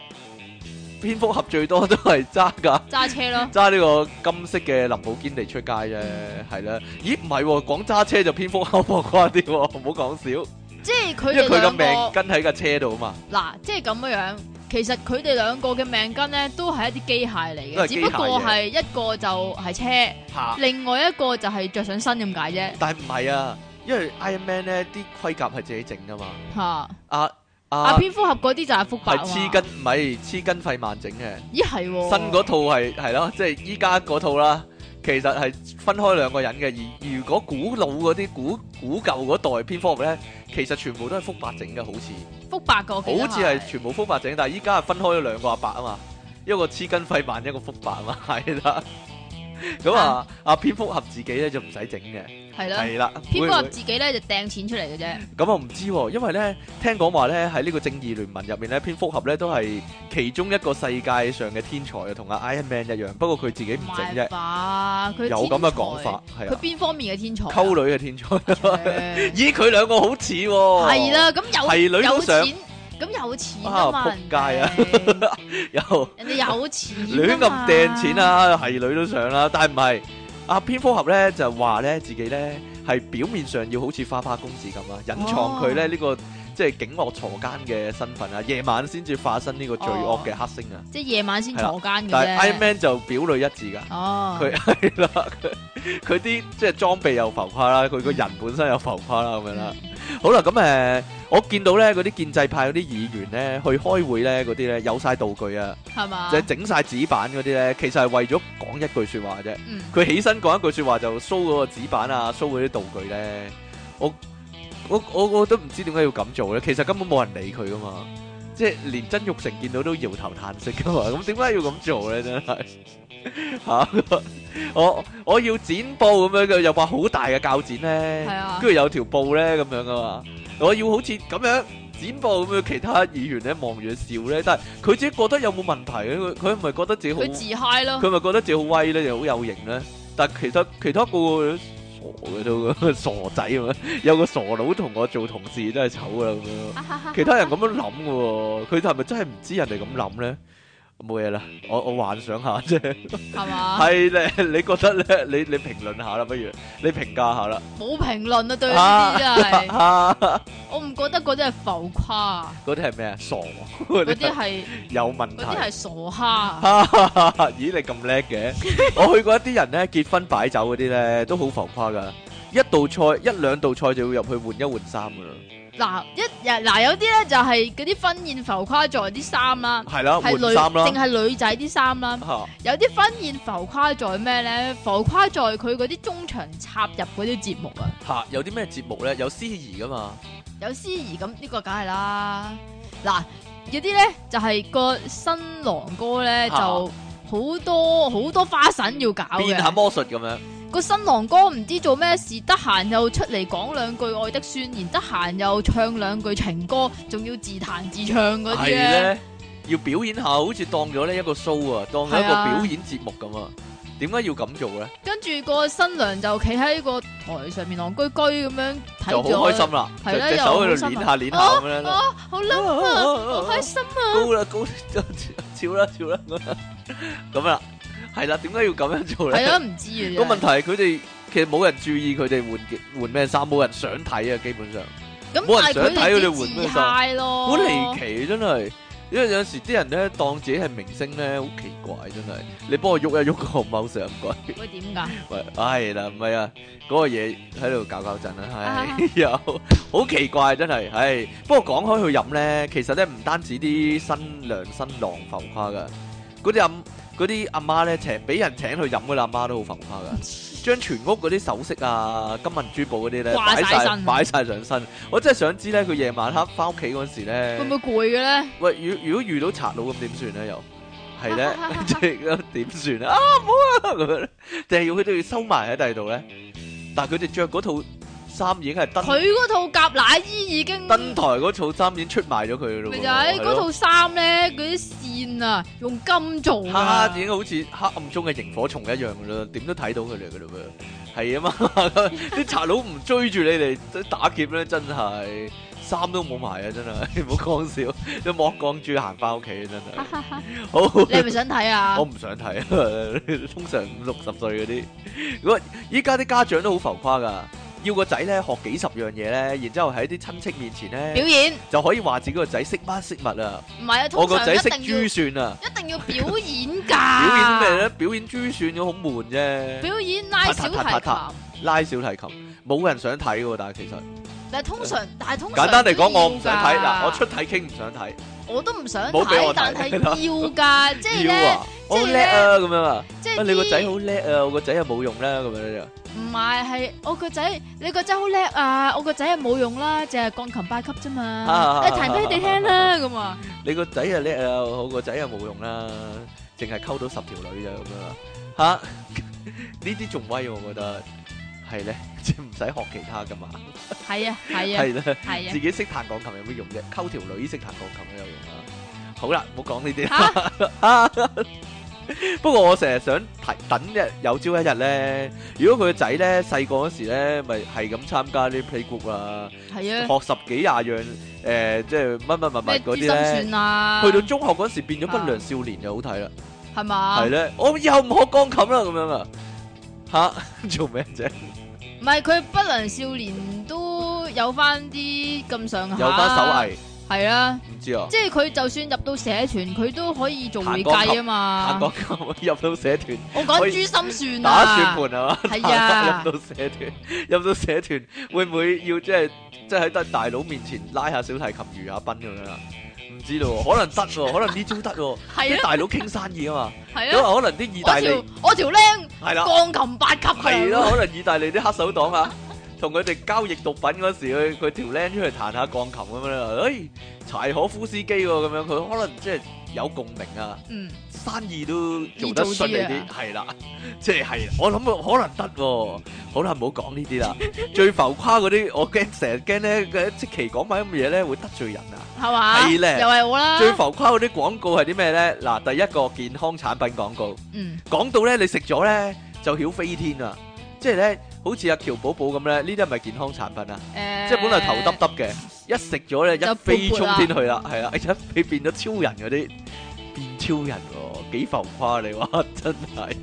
A: 蝙蝠俠最多都係揸架 [laughs]
B: 揸車咯，
A: 揸呢個金色嘅林寶堅尼出街啫，係啦。咦，唔係喎，講揸車就蝙蝠俠浮誇啲喎，唔好講笑，
B: 即係佢
A: 因為
B: 哋
A: 佢個
B: 兩
A: 命
B: 個
A: 根喺架車度啊嘛。
B: 嗱，即係咁樣樣。其實佢哋兩個嘅命根咧，都係一啲機械嚟
A: 都
B: 嘅，
A: 係機
B: 只
A: 械
B: 不過係一個就係車，
A: 嚇！
B: 另外一個就係着上身咁解啫。
A: 但係唔係啊，因為 Iron Man 咧啲盔甲係自己整噶嘛。
B: 吓，
A: 啊
B: 阿
A: 啊，
B: 蝙蝠俠嗰啲就係福伯
A: 係
B: 啊嘛
A: 黐筋，唔係黐筋費曼整嘅。
B: 咦係喎，
A: 新嗰套係係咯，即係依家嗰套啦。其實係分開兩個人嘅，而如果古老嗰啲古古舊嗰代蝙蝠俠咧，其實全部都係福伯整嘅，好似
B: 福伯個，
A: 好似係全部福伯整，但係依家係分開咗兩個阿伯啊嘛，一個黐筋費曼，一個福伯啊嘛， [laughs] 係啦。咁啊，阿蝙蝠俠自己咧就唔使整嘅，
B: 係啦，
A: 係啦。
B: 蝙
A: 會唔會
B: 蝠俠自己咧就掟錢出嚟嘅啫，
A: 咁我唔知喎，因為咧聽講話咧喺呢個正義聯盟入面咧，蝙蝠俠咧都係其中一個世界上嘅天才啊，同阿 Iron Man 一樣，不過佢自己唔
B: 唔
A: 整
B: 係
A: 啫，
B: 吧？佢
A: 有咁嘅講法，
B: 天
A: 係
B: 才，佢
A: 啊，
B: 邊方面嘅天才啊？
A: 溝女嘅天才。
B: 切
A: [laughs] 咦，佢兩個好似喎，
B: [laughs] 係，啦，咁有
A: 係女
B: 有
A: 都想
B: 錢，咁有錢啊
A: 啊
B: 嘛，
A: 仆
B: 人
A: 街啊
B: 哋
A: 又
B: 人哋有錢啊
A: 亂咁
B: 嘛
A: 掟錢，啊啦，係女都想啦，但係唔係阿蝙蝠俠咧就話咧自己咧係表面上要好似花花公子咁啊，隱藏佢咧呢個即係警惡鋤奸嘅身份啊，夜晚先至化身呢個罪惡嘅黑星啊。
B: 即係夜晚先
A: 係啦
B: 坐監嘅
A: 但係
B: 啫
A: Iron。Man 就表裏一致噶，
B: 哦，
A: 佢係啦，佢佢啲即係裝備又浮誇啦，佢個人本身又浮誇啦咁樣啦。好啦，咁誒、呃我見到咧嗰啲建制派嗰啲議員咧去開會咧嗰啲咧有晒道具啊，
B: 係嘛？
A: 就係整晒紙板嗰啲咧，其實係為咗講一句説話啫。
B: 嗯，
A: 佢起身講一句説話就 show 嗰個紙板啊，show 嗰啲道具咧，我我我我都唔知點解要咁做咧。其實根本冇人理佢噶嘛，即係連曾玉成見到都搖頭嘆息噶嘛。 [laughs] 咁點解要咁做咧？真係 [laughs] 嚇、我我要剪布咁樣嘅，又把好大嘅鉸剪咧
B: 係，啊
A: 跟住有條布咧咁樣噶嘛。我要好似咁樣剪報咁樣，其他議員咧望住佢笑咧，但係佢自己覺得有冇問題咧？佢佢唔係覺得自己好
B: 佢，自嗨咯，
A: 佢咪覺得自己好威咧，又好有型咧？但係其實其他個個都傻嘅都傻仔咁樣， [laughs] 有個傻佬同我做同事真係醜噶啦咁樣。其他人咁樣諗嘅喎，佢係咪真係唔知人哋咁諗咧？冇嘢啦，我我幻想下啫。
B: 係嘛？
A: 係咧，你覺得咧？你你評論下啦，不如你評價下啦。
B: 冇評論啊，對呢啲真係，
A: 啊，
B: 我唔覺得嗰啲係浮誇啊，
A: [laughs] 嗰啲係咩啊？傻，
B: 嗰
A: 嗰
B: 啲係
A: 有問題
B: 嗰。啲係傻蝦，
A: [laughs] 咦，你咁叻嘅？我去過一啲人咧結婚擺酒嗰啲咧，都好浮誇噶。一道菜一兩道菜就要入去換一換衫噶啦。
B: 嗱一呃嗱有啲咧就係嗰啲婚宴浮誇在啲衫啦，
A: 係啦，啊
B: 係
A: 換
B: 女
A: 衫啦
B: 淨。係女仔啲衫啦。
A: 嚇
B: 有啲婚宴浮誇在咩咧？浮誇在佢嗰啲中場插入嗰啲節目啊，
A: 嚇，有啲咩節目咧？有司儀噶嘛？
B: 有司儀咁呢個梗係啦。嗱，有啲咧就係、個新郎哥咧就
A: 啊
B: 好多好多花神要搞
A: 變下
B: 嘅。
A: 魔術咁樣。
B: 個新郎哥唔知做咩事，得閒又出嚟講兩句愛的宣言，得閒又唱兩句情歌，仲要自彈自唱嗰啲
A: 係
B: 咧。
A: 咧，要表演下，好似當咗呢一個 show 啊，當咗一
B: 係啊
A: 個表演節目咁啊。點解要咁做咧？
B: 跟住個新娘就企喺個台上面狼居居咁樣睇
A: 就
B: 咗，
A: 好開心啦，就
B: 係啦
A: 隻手
B: 又
A: 喺
B: 好
A: 度
B: 心
A: 捻
B: 啊
A: 下捻下咁樣啦。
B: 啊，好冧啊，好開
A: [laughs]
B: 心啊！
A: 高啦高啦，跳啦跳啦咁啦咁啦，係啦，點解要咁樣做
B: 係啊，
A: 咧？
B: 唔知嘅
A: 個問題係佢哋其實冇人注意佢哋換換咩衫，冇人想睇啊，基本上
B: 咁
A: 冇人
B: 但係
A: 想睇佢哋
B: 哋
A: 換咩
B: 自
A: 衫
B: 嗨咯，
A: 好離奇真係。因為有時啲人咧當自己係明星咧，好奇怪真係。你幫我喐一喐個 mouse 啊，唔該。
B: 會點
A: [laughs]
B: 㗎？
A: 喂，唉啦，唔係啊，嗰個嘢喺度搞搞震啦，
B: 啊
A: 唉， [laughs] 又好奇怪真係，唉。不過講開去飲咧，其實咧唔單止啲新娘新郎浮誇噶，嗰啲阿嗰啲阿媽咧請俾人請去飲嗰啲阿媽都好浮誇噶，將全屋嗰啲首飾啊、金銀珠寶嗰啲咧
B: 掛
A: 擺
B: 晒
A: 晒
B: 身
A: 擺晒上身。我真係想知咧，佢夜晚黑翻屋企嗰陣時咧
B: 會唔，會攰嘅咧？
A: 喂，如如果遇到賊佬咁點算咧？又係咧，
B: [laughs]
A: [laughs] 即係點算咧？啊，唔好啊咁樣呢，定係要佢哋要收埋喺第二度咧？但係佢哋着嗰套衫已經係登
B: 佢嗰套夾奶衣已經
A: 登台嗰套衫已經出賣咗佢咯
B: 咪
A: 喎，
B: 就係
A: 係
B: 嗰
A: 咯
B: 套衫咧，嗰啲線啊，用金做
A: 哈
B: 㗎
A: 哈已經好似黑暗中嘅螢火蟲一樣噶啦，點都睇到佢哋噶啦噃，係啊
B: [laughs]
A: 嘛，啲賊佬唔追住你哋打劫咧，真係衫都冇埋啊，真係唔好講笑，都莫光豬行翻屋企真
B: [laughs]
A: 係，好。
B: 你係咪想睇啊
A: [laughs] 我？唔想睇啊！通常五六十歲嗰啲，如果依家啲家長都好浮誇噶，要個仔咧學幾十樣嘢咧，然之後喺啲親戚面前
B: 表
A: 咧
B: 演
A: 就可以話自己個仔識乜識物啊！
B: 唔係啊，
A: 我
B: 通
A: 個
B: 常
A: 仔
B: 一
A: 識
B: 定要
A: 珠算啊！
B: 一定要表演㗎。
A: [laughs] 表演咩？咧？表演珠算咁好悶啫，
B: 表演拉小
A: 啊塔塔塔
B: 提
A: 塔
B: 琴，
A: 拉小提琴冇人想睇喎，但係其實
B: 但係通常，但係通常
A: 嗯簡單嚟講，
B: 都
A: 我唔想睇
B: 要㗎
A: 嗱，我出體傾唔想睇，
B: 我都唔想
A: 冇俾
B: 睇
A: 我睇，
B: 但係要
A: [laughs]
B: 㗎，即係
A: 要
B: 咧，
A: 啊，我好
B: 即係
A: 叻
B: 咧
A: 啊咁樣啊，
B: 即
A: 啊
B: 係
A: 你個
B: 啲
A: 仔好叻啊，我個仔又冇用啦咁樣就。
B: 唔係，係我個仔，你個仔好叻啊！我個仔係冇用啦，淨係鋼琴八級啫
A: 啊
B: 嘛，誒彈俾你哋聽啦咁啊！
A: 你個仔啊叻啊，我個仔啊冇用啦，淨係溝到十條女咋咁樣啊吓？ [laughs] 呢啲仲威我覺得係 [laughs] 咧，即係唔使學其他噶嘛，
B: 係啊，係啊，
A: 係啦，
B: 係
A: 自
B: 啊！
A: 己識彈鋼琴有咩用啫？溝條女識彈鋼琴都有用啦。好啦，唔好講呢
B: [laughs]
A: 啲啦。
B: 嚇，
A: 不過我成日想提等日有朝一日咧，如果佢個仔咧細個嗰時咧，咪係咁參加啲 playgroup 啊，
B: 係
A: [laughs]
B: 啊，
A: 學十幾廿樣誒、即係乜乜乜
B: 咩
A: 乜嗰
B: 珠
A: 啲
B: 心
A: 咧，
B: 算啊？
A: 去到中學嗰時變咗不良少年就好睇啦。
B: 係嘛？
A: 系咧，我以後唔學鋼琴啦，咁樣啊，吓 [laughs] 做咩啫？
B: 唔係佢不良少年都有翻啲咁上下，
A: 有翻手，藝，
B: 係啊！
A: 唔知啊，
B: 即係佢就算入到社團，佢都可以做
A: 彈
B: 會
A: 鋼
B: 計啊
A: 琴彈
B: 嘛。
A: 鋼琴入 [laughs] 到社團
B: 我
A: 可
B: 講
A: 以
B: 珠心算
A: 打算
B: 啊，
A: 盤係嘛？
B: 係啊
A: [laughs] 入到社團，入到社團會唔會要即係即係喺得大佬面前拉下小提琴、如下賓咁樣啊？唔知道喎，可能得喎，可能呢招得喎，
B: [laughs] 係
A: 啲
B: 啊，
A: 大佬傾生意啊嘛，
B: 係
A: 因為
B: 啊！
A: 可能啲意大
B: 我
A: 利
B: 條我條僆
A: 係啦。
B: 鋼琴八
A: [laughs]
B: 級㗎
A: 係咯，可能意大利啲黑手黨啊，同佢哋交易毒品嗰時，佢佢條僆出嚟彈下鋼琴咁樣啦，誒、柴可夫斯基喎咁樣，佢可能即係有共鳴啊，
B: 嗯，
A: 生意都做得
B: 易做
A: 順利
B: 啲啊
A: 啲，係啦， [laughs] 即係係，我諗可能得喎。好啦，唔好講呢啲啦。最浮誇嗰啲，我驚成日驚咧，即期講埋咁嘢咧，會得罪人啊！
B: 系嘛？
A: 係咧
B: 又係我啦。
A: 最浮誇嗰啲廣告係啲咩咧？嗱，第一個健康產品廣告。
B: 嗯，
A: 講到咧，你食咗咧就曉飛天啊！即係咧，好似阿喬寶寶咁咧，呢啲係咪健康產品啊？
B: 诶，
A: 即係本來頭耷耷嘅，一食咗咧一
B: 就
A: 飛
B: 勃勃
A: 衝
B: 啦
A: 天去啦，係啦， [laughs] 一飛變咗超人嗰啲，變超人喎、幾浮誇你話 [laughs] 真係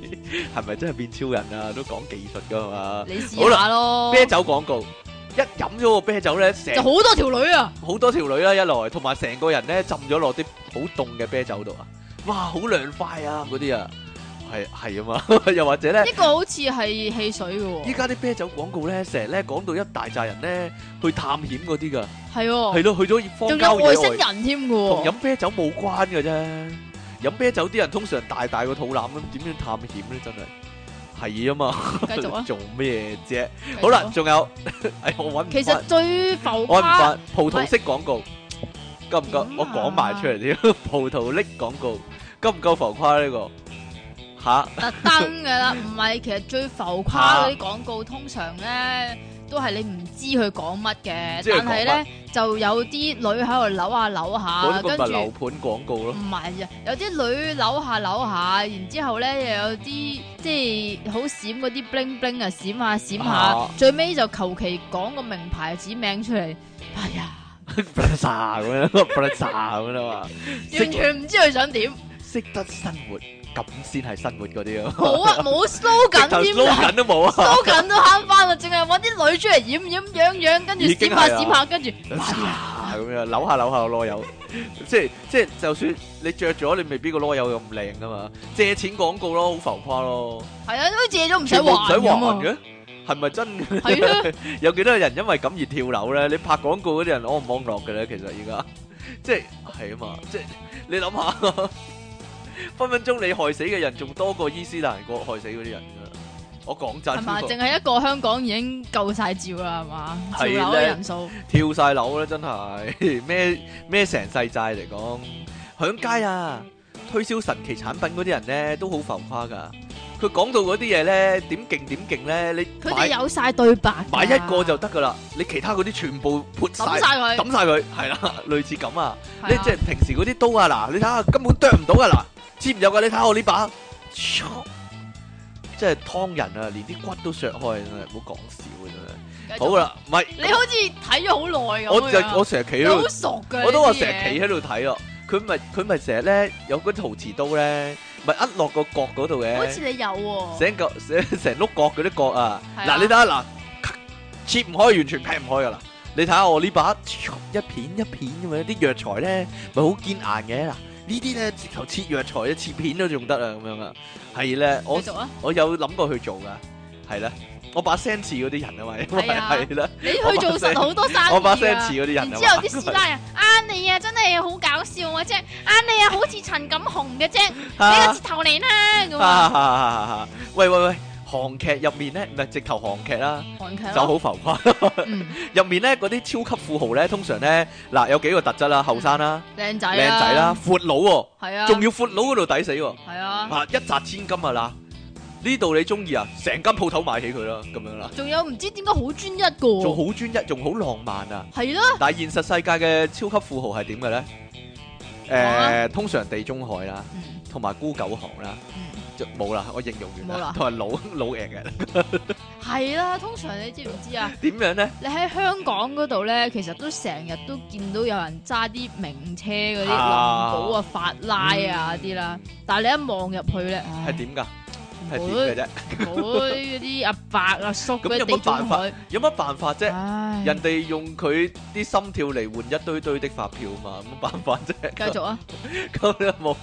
A: 係咪真係變超人啊？都講技術噶嘛，
B: 你
A: 好
B: 試
A: 啦
B: 下咯。
A: 啤酒廣告。一飲咗個啤酒咧，成
B: 就好多條女啊！
A: 好多條女啦，一來同埋成個人咧浸咗落啲好凍嘅啤酒度啊，哇，好涼快啊嗰啲啊，係係啊嘛， [laughs] 又或者咧。
B: 呢個好似係汽水嘅喎，
A: 依家啲啤酒廣告咧，成日咧講到一大扎人咧去探險嗰啲噶，
B: 係喎，
A: 係咯、去咗荒
B: 仲
A: 郊
B: 有
A: 野
B: 外星
A: 外，
B: 人添嘅
A: 同飲
B: 喎，
A: 啤酒冇關嘅啫。飲啤酒啲人通常大大個肚腩咁，點樣探險咧？真係係啊嘛，
B: 繼續
A: [laughs]
B: 啊！
A: 做咩啫？
B: 繼續啊
A: 好啦，，仲有， [laughs] 哎，我揾唔
B: 其
A: 返
B: 實最浮
A: 我唔
B: 誇
A: 發葡萄式廣告，夠唔夠
B: 點啊？
A: 我講埋出嚟添， [laughs] 葡萄粒廣告夠唔夠浮誇呢個？吓，
B: 特登嘅
A: [laughs]
B: 啦，唔係其實最浮誇嗰啲廣告，通常咧都係你唔知佢講乜嘅，
A: 知佢
B: 但係
A: 講
B: 咧就有啲女喺度扭下扭
A: 嗰
B: 下，
A: 啲
B: 跟
A: 咪
B: 住
A: 樓盤廣告咯， [laughs]
B: 唔係啊，有啲女扭下扭下，然之後咧又有啲即係好閃嗰啲 bling bling 啊，閃下閃
A: 啊
B: 下，最尾就求其講個名牌指名出嚟，哎呀，
A: Plaza 咁樣，Plaza 咁樣啊嘛，識
B: 完全唔知佢
A: [laughs]
B: 想點。
A: 識得生活，咁先係生活嗰啲啊，
B: 冇啊，冇 slogan 添
A: 撈
B: 啊
A: 緊都冇啊，
B: [laughs] ，slogan 都悭翻啦，淨係搵啲女出嚟掩掩樣樣，跟住
A: 已經
B: 閃
A: 係啊
B: 下閃下，
A: [laughs]
B: 跟住哎呀
A: 咁樣扭下扭下個啰柚，即係即係就算你着咗，你未必個啰柚咁靚噶嘛，借錢廣告咯，好浮誇咯，
B: 係啊，都借咗唔使
A: 全部唔
B: 還
A: 使還
B: 咁啊，
A: 嘅，係咪真嘅？
B: 係啊，
A: [laughs] 有幾多人因為咁而跳樓咧？你拍廣告嗰啲人安唔安樂嘅咧？其實而家即係係啊嘛，即係你諗下，分分鐘你害死嘅人仲多過伊斯蘭國害死嗰啲人㗎。我講真
B: 係
A: 呢
B: 嘛，
A: 個，
B: 淨係一個香港已經夠晒照啦，係嘛，照
A: 係
B: 樓嘅
A: 咧
B: 人數
A: 跳晒樓啦，真係 [laughs] 咩咩成世債嚟講，響街啊推銷神奇產品嗰啲人咧都好浮誇㗎。佢講到嗰啲嘢咧點勁點勁咧，你
B: 佢
A: 買
B: 哋有晒對白㗎，
A: 買一個就得㗎啦，你其他嗰啲全部潑
B: 抌
A: 晒
B: 晒佢，
A: 抌晒佢，係啦， [laughs] 類似咁啊。
B: 係啊
A: 你即係平時嗰啲刀啊，嗱，你睇下根本剁唔到噶嗱，切唔有噶，你睇下我呢把，即係劏人啊，連啲骨都削開，真係唔好講笑啊
B: 繼
A: 真係。
B: 續
A: 好啦，唔係，
B: 你好似睇咗好耐咁樣，啊
A: 我就我成日企
B: 你
A: 喺
B: 好
A: 度，
B: 熟㗎，
A: 我都話
B: 話
A: 成日企喺度睇咯。佢咪佢咪成日咧有嗰啲陶瓷刀咧，咪一落個角嗰度
B: 好
A: 嘅
B: 似，你有喎，
A: 成個成成碌角嗰啲角啊，
B: 係
A: 嗱
B: 啊
A: 你睇下嗱，咔切唔開完全劈唔開噶啦。你睇下我呢把一片一片咁樣，啲藥材咧咪好堅硬嘅嗱，呢啲咧直頭切藥材咧切片都仲得啊咁樣啊，係咧我
B: 繼續啊，
A: 我有諗過去做噶，係啦，我把聲似嗰啲人啊嘛，因為
B: 係啊
A: 係啦，
B: 你去做實好多生意啊
A: 我把聲似嗰啲人
B: 然
A: 啊
B: 之後
A: 嘛
B: 啲，師奶啊，啊你啊真係好搞笑啊啫，啊你啊好似陳錦鴻嘅啫，俾個
A: 啊
B: 折頭嚟啦
A: 啊
B: 咁
A: [laughs]
B: 啊，
A: 啊啊啊喂喂喂，韓劇入面咧唔係直頭韓劇啦，
B: 韓劇
A: 就
B: 咯，
A: 好浮 [laughs] 誇。
B: 嗯，
A: 入面咧嗰啲超級富豪咧，通常咧嗱有幾個特質啦，後生啦、
B: 靚仔
A: 靚仔啦、，闊佬喎，
B: 係啊，
A: 仲要闊佬嗰度抵死喎，
B: 係啊，
A: 啊一擲千金啊嗱，呢度你中意啊，成間鋪頭買起佢啦，咁樣啦，
B: 仲有唔知點解好專一
A: 仲
B: 嘅喎，
A: 好專一，仲好浪漫啊！
B: 係咯，
A: 但係現實世界嘅超級富豪係點嘅咧？誒，通常地中海啦，
B: 嗯
A: 同埋孤狗行啦，
B: 嗯
A: 就冇啦，我形容完
B: 冇
A: 啦
B: 啦，
A: 同埋老 [laughs] 老액嘅
B: 係啦，通常你知唔知啊？
A: 點樣咧？
B: 你喺香港嗰度咧，其實都成日都見到有人揸啲名車嗰啲林
A: 啊
B: 寶啊、法拉啊啲啦，但係你一望入去咧，
A: 係
B: 唉
A: 點㗎？係
B: 全
A: 點
B: 部都
A: 嘅啫？
B: 冇嗰啲阿伯阿叔
A: 咁
B: 嗰
A: 有乜
B: 啲地
A: 辦
B: 中
A: 法
B: 海，
A: 有乜辦法啫？
B: 唉，
A: 人哋用佢啲心跳嚟換一堆堆的發票嘛，咁辦法啫。 [laughs]
B: 繼續啊，
A: 咁你冇，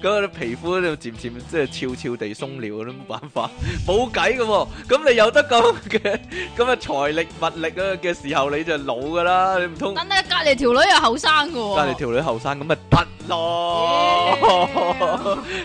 A: 咁你皮膚咧漸漸即係悄悄地鬆了，都冇辦法，冇計嘅喎。咁你有得咁嘅咁嘅財力物力啊嘅時候，你就老噶啦，你唔通
B: 但係隔離條女又後生嘅喎，
A: 隔離條女後生咁咪得咯？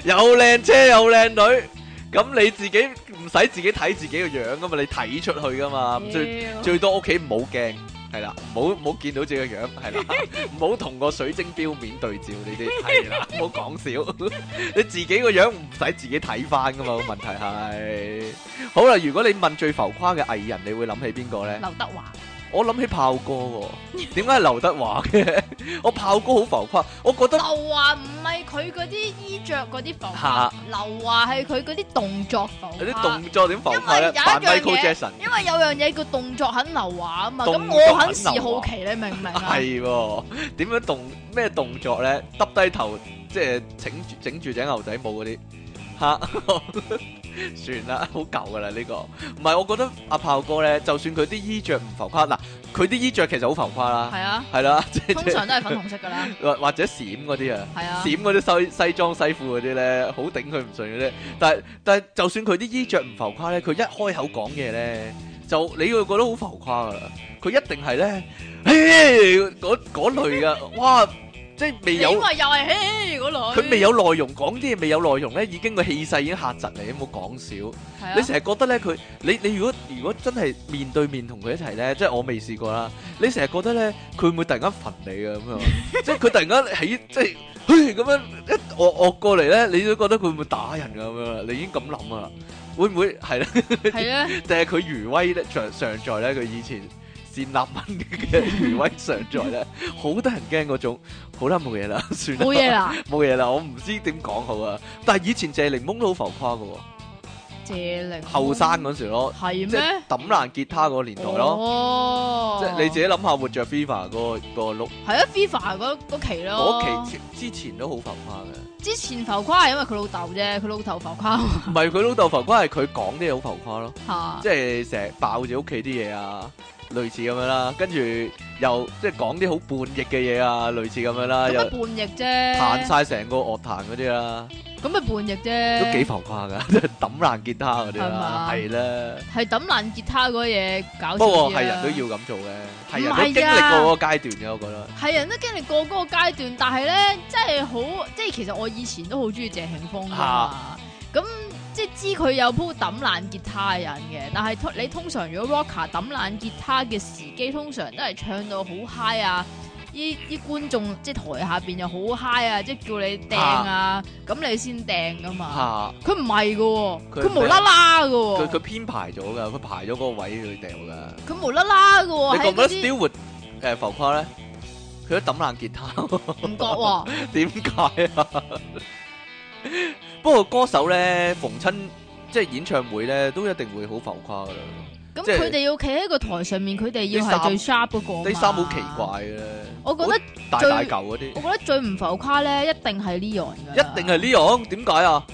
A: 有靚車有靚女，咁你自己唔使自己睇自己個樣噶嘛，你睇出去噶嘛，最
B: Yeah，
A: 最多屋企唔好鏡，系啦，唔好唔好見到自己嘅樣，係啦，唔好同個水晶表面對照呢啲，係啦，唔好講笑， [laughs] 你自己個樣唔使自己睇翻噶嘛，個問題係。好啦，如果你問最浮誇嘅藝人，你會諗起邊個咧？
B: 劉德華
A: 我諗起炮哥喎、點解係劉德華嘅？ [laughs] 我炮哥好浮誇，我覺得
B: 劉華唔係佢嗰啲衣着嗰啲浮誇
A: 嚇，
B: 劉華係佢嗰啲動作浮
A: 有啲
B: 誇。
A: 動作點浮誇
B: 因為
A: 咧？
B: 有一樣
A: 扮
B: 嘢
A: Michael Jackson
B: 因為有樣嘢叫動作很劉華啊嘛，
A: 動
B: 咁
A: 作很
B: 我很是
A: 劉
B: 好
A: 華
B: 奇，你明唔明啊？
A: 係喎，點樣動咩動作咧？耷低頭即係整住整住頂牛仔帽嗰啲吓， [laughs] 算啦，好舊噶啦呢個。唔係，我覺得阿炮哥咧，就算佢啲衣着唔浮誇，嗱，佢啲衣着其實好浮誇啦，
B: 係
A: [laughs]
B: 啊，
A: 係啦，即係
B: 通
A: 即係
B: 常都係粉紅色
A: [laughs]
B: 㗎啦，
A: 或或者閃嗰啲啊。
B: 係啊，
A: 閃嗰啲西西裝西褲嗰啲咧，好頂佢唔順嘅啫。但係但係，就算佢啲衣着唔浮誇咧，佢一開口講嘢咧，就你會覺得好浮誇噶啦。佢一定係咧，嘿 [laughs] 嗰嗰類噶，哇！即係未
B: 因為又
A: 有
B: 係嘿嗰類，
A: 佢未有內容講啲嘢，未有內容咧，已經個氣勢已經嚇窒你，冇講少。
B: 係啊，
A: 你成日覺得咧佢，你你如果如果真係面對面同佢一齊咧，即係我未試過啦。你成日覺得咧，佢會唔會突然間憤你啊嘅咁
B: [laughs]
A: 樣？即係佢突然間起，即係嘿咁樣一惡惡過嚟咧，你都覺得佢會唔會打人㗎咁樣啦？你已經咁諗啦，會唔會係咧？
B: 係
A: [laughs]
B: 啊咧，
A: 定係佢餘威咧常常在咧？佢以前善立文嘅
B: [laughs]
A: 餘威常在咧，好得人驚嗰種。好啦，冇嘢
B: [laughs]
A: 啦，算啦，
B: 冇嘢啦，
A: 冇嘢啦，我唔知點講好啊。但係以前謝檸檬都好浮誇嘅喎。
B: 謝玲
A: 後生嗰時咯，
B: 係
A: 即係
B: 咩？
A: 抌爛吉他嗰個年代咯。
B: 哦，
A: 即係你自己諗下，活着 FIFA 嗰個個碌
B: 係啊，FIFA 嗰嗰期咯，
A: 嗰期之之前都好浮誇
B: 之前浮誇係因為佢老豆啫，佢老豆浮誇啊
A: 嘅，唔係佢老豆浮誇，係佢講啲嘢好浮誇咯，
B: 嚇，
A: 即係成日爆住屋企啲嘢啊，類似咁樣啦，跟住又即係講啲好叛逆嘅嘢啊，類似咁樣啦，
B: 咁咪
A: 又
B: 叛逆啫，
A: 彈晒成個樂壇嗰啲啦，
B: 咁咪叛逆啫，
A: 都幾浮誇噶， [laughs] 即係抌爛吉他嗰啲
B: 係
A: 啦，
B: 嘛
A: 係啦。
B: 係抌爛吉他嗰嘢搞啊
A: 不過
B: 過
A: 係人都要咁做嘅，係人
B: 唔
A: 都
B: 係啊
A: 經歷
B: 㗎
A: 過嗰個階段嘅，我覺得。
B: 係人都經歷過嗰個階段，但係咧，真係好，即係其實我以前都好中意謝慶峰噶嘛
A: 啊。
B: 咁即係知佢有鋪抌爛吉他嘅人嘅，但係通你通常如果 rocker 抌爛吉他嘅時機，通常都係唱到好 high 啊！啲啲觀眾即係台下邊又好 high 啊！即係叫你掟啊，咁、你先掟噶嘛。
A: 嚇。
B: 佢唔係噶，
A: 佢
B: 佢無啦啦噶，
A: 佢佢
B: 佢
A: 編排咗噶，佢排咗嗰個位去掉噶。
B: 佢無啦啦噶喎，
A: 你覺
B: 哦喺
A: 唔覺得
B: 嗰啲
A: Stewart 誒浮誇咧？佢都抌爛吉他， [laughs]
B: 唔覺喎，
A: 點解啊？ [laughs] 不過歌手咧，逢親即係演唱會咧，都一定會好浮誇噶啦。
B: 咁
A: 即係
B: 佢哋要企喺個台上面，佢哋要
A: 啲
B: 係
A: 衫
B: 最 sharp 嗰個嘛。
A: 啲衫好奇怪嘅咧，
B: 我覺得
A: 好大
B: 最
A: 大嚿嗰啲，
B: 我覺得最唔浮誇咧，一定係 Leon 噶，
A: 一定係呢樣。點解啊？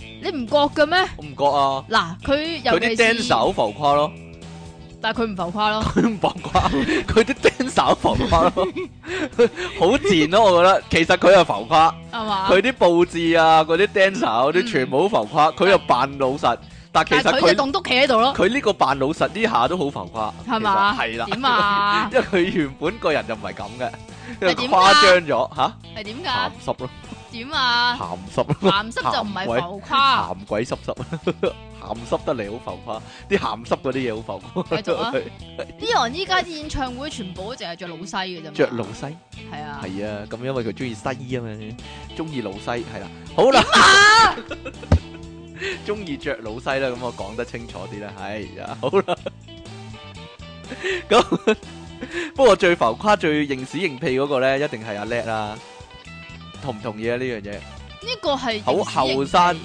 B: 你唔覺嘅咩？
A: 我唔覺啊。
B: 嗱，佢
A: 佢
B: 尤
A: 啲
B: 其
A: dancer
B: 是，
A: 好浮誇咯， [laughs]
B: 但係佢唔浮誇咯，
A: 佢唔浮誇，佢啲 dancer 好浮誇咯， [laughs] 好賤咯，我覺得。其實佢係浮誇。
B: 係嘛？
A: 佢啲佈置啊，嗰啲 dancer 嗰啲
B: 嗯
A: 全部好浮誇，佢又扮老實，但其
B: 但
A: 實
B: 係佢就
A: 佢
B: 棟篤企喺度咯，
A: 佢呢個扮老實呢下都好浮誇，
B: 係嘛
A: 其實係啦，[laughs]
B: 點啊？
A: 因為佢原本個人就唔係咁
B: [laughs]
A: 嘅，因為
B: 係點㗎
A: 誇張咗吓，
B: 係點
A: 鹹
B: 㗎？
A: 濕咯，
B: 點啊？
A: 鹹濕咯，
B: 鹹濕就唔係浮誇，
A: 鹹鬼濕 [laughs] 濕，鹹濕得嚟好浮誇，啲鹹濕嗰啲嘢好浮誇，
B: 繼續啊！Leon 依家啲演唱會全部都淨係着老西嘅啫嘛，
A: [laughs] 着老西
B: 係啊，
A: 係啊，咁因為佢中意西啊嘛，中意老西係啦，好啦。 [laughs]
B: 啊
A: 中意着老西啦，咁我講得清楚啲啦，係啊，好啦。咁不過最浮誇、最認屎認屁嗰個咧，一定係阿叻啦。同唔同意啊？呢樣嘢
B: 呢個係
A: 好後生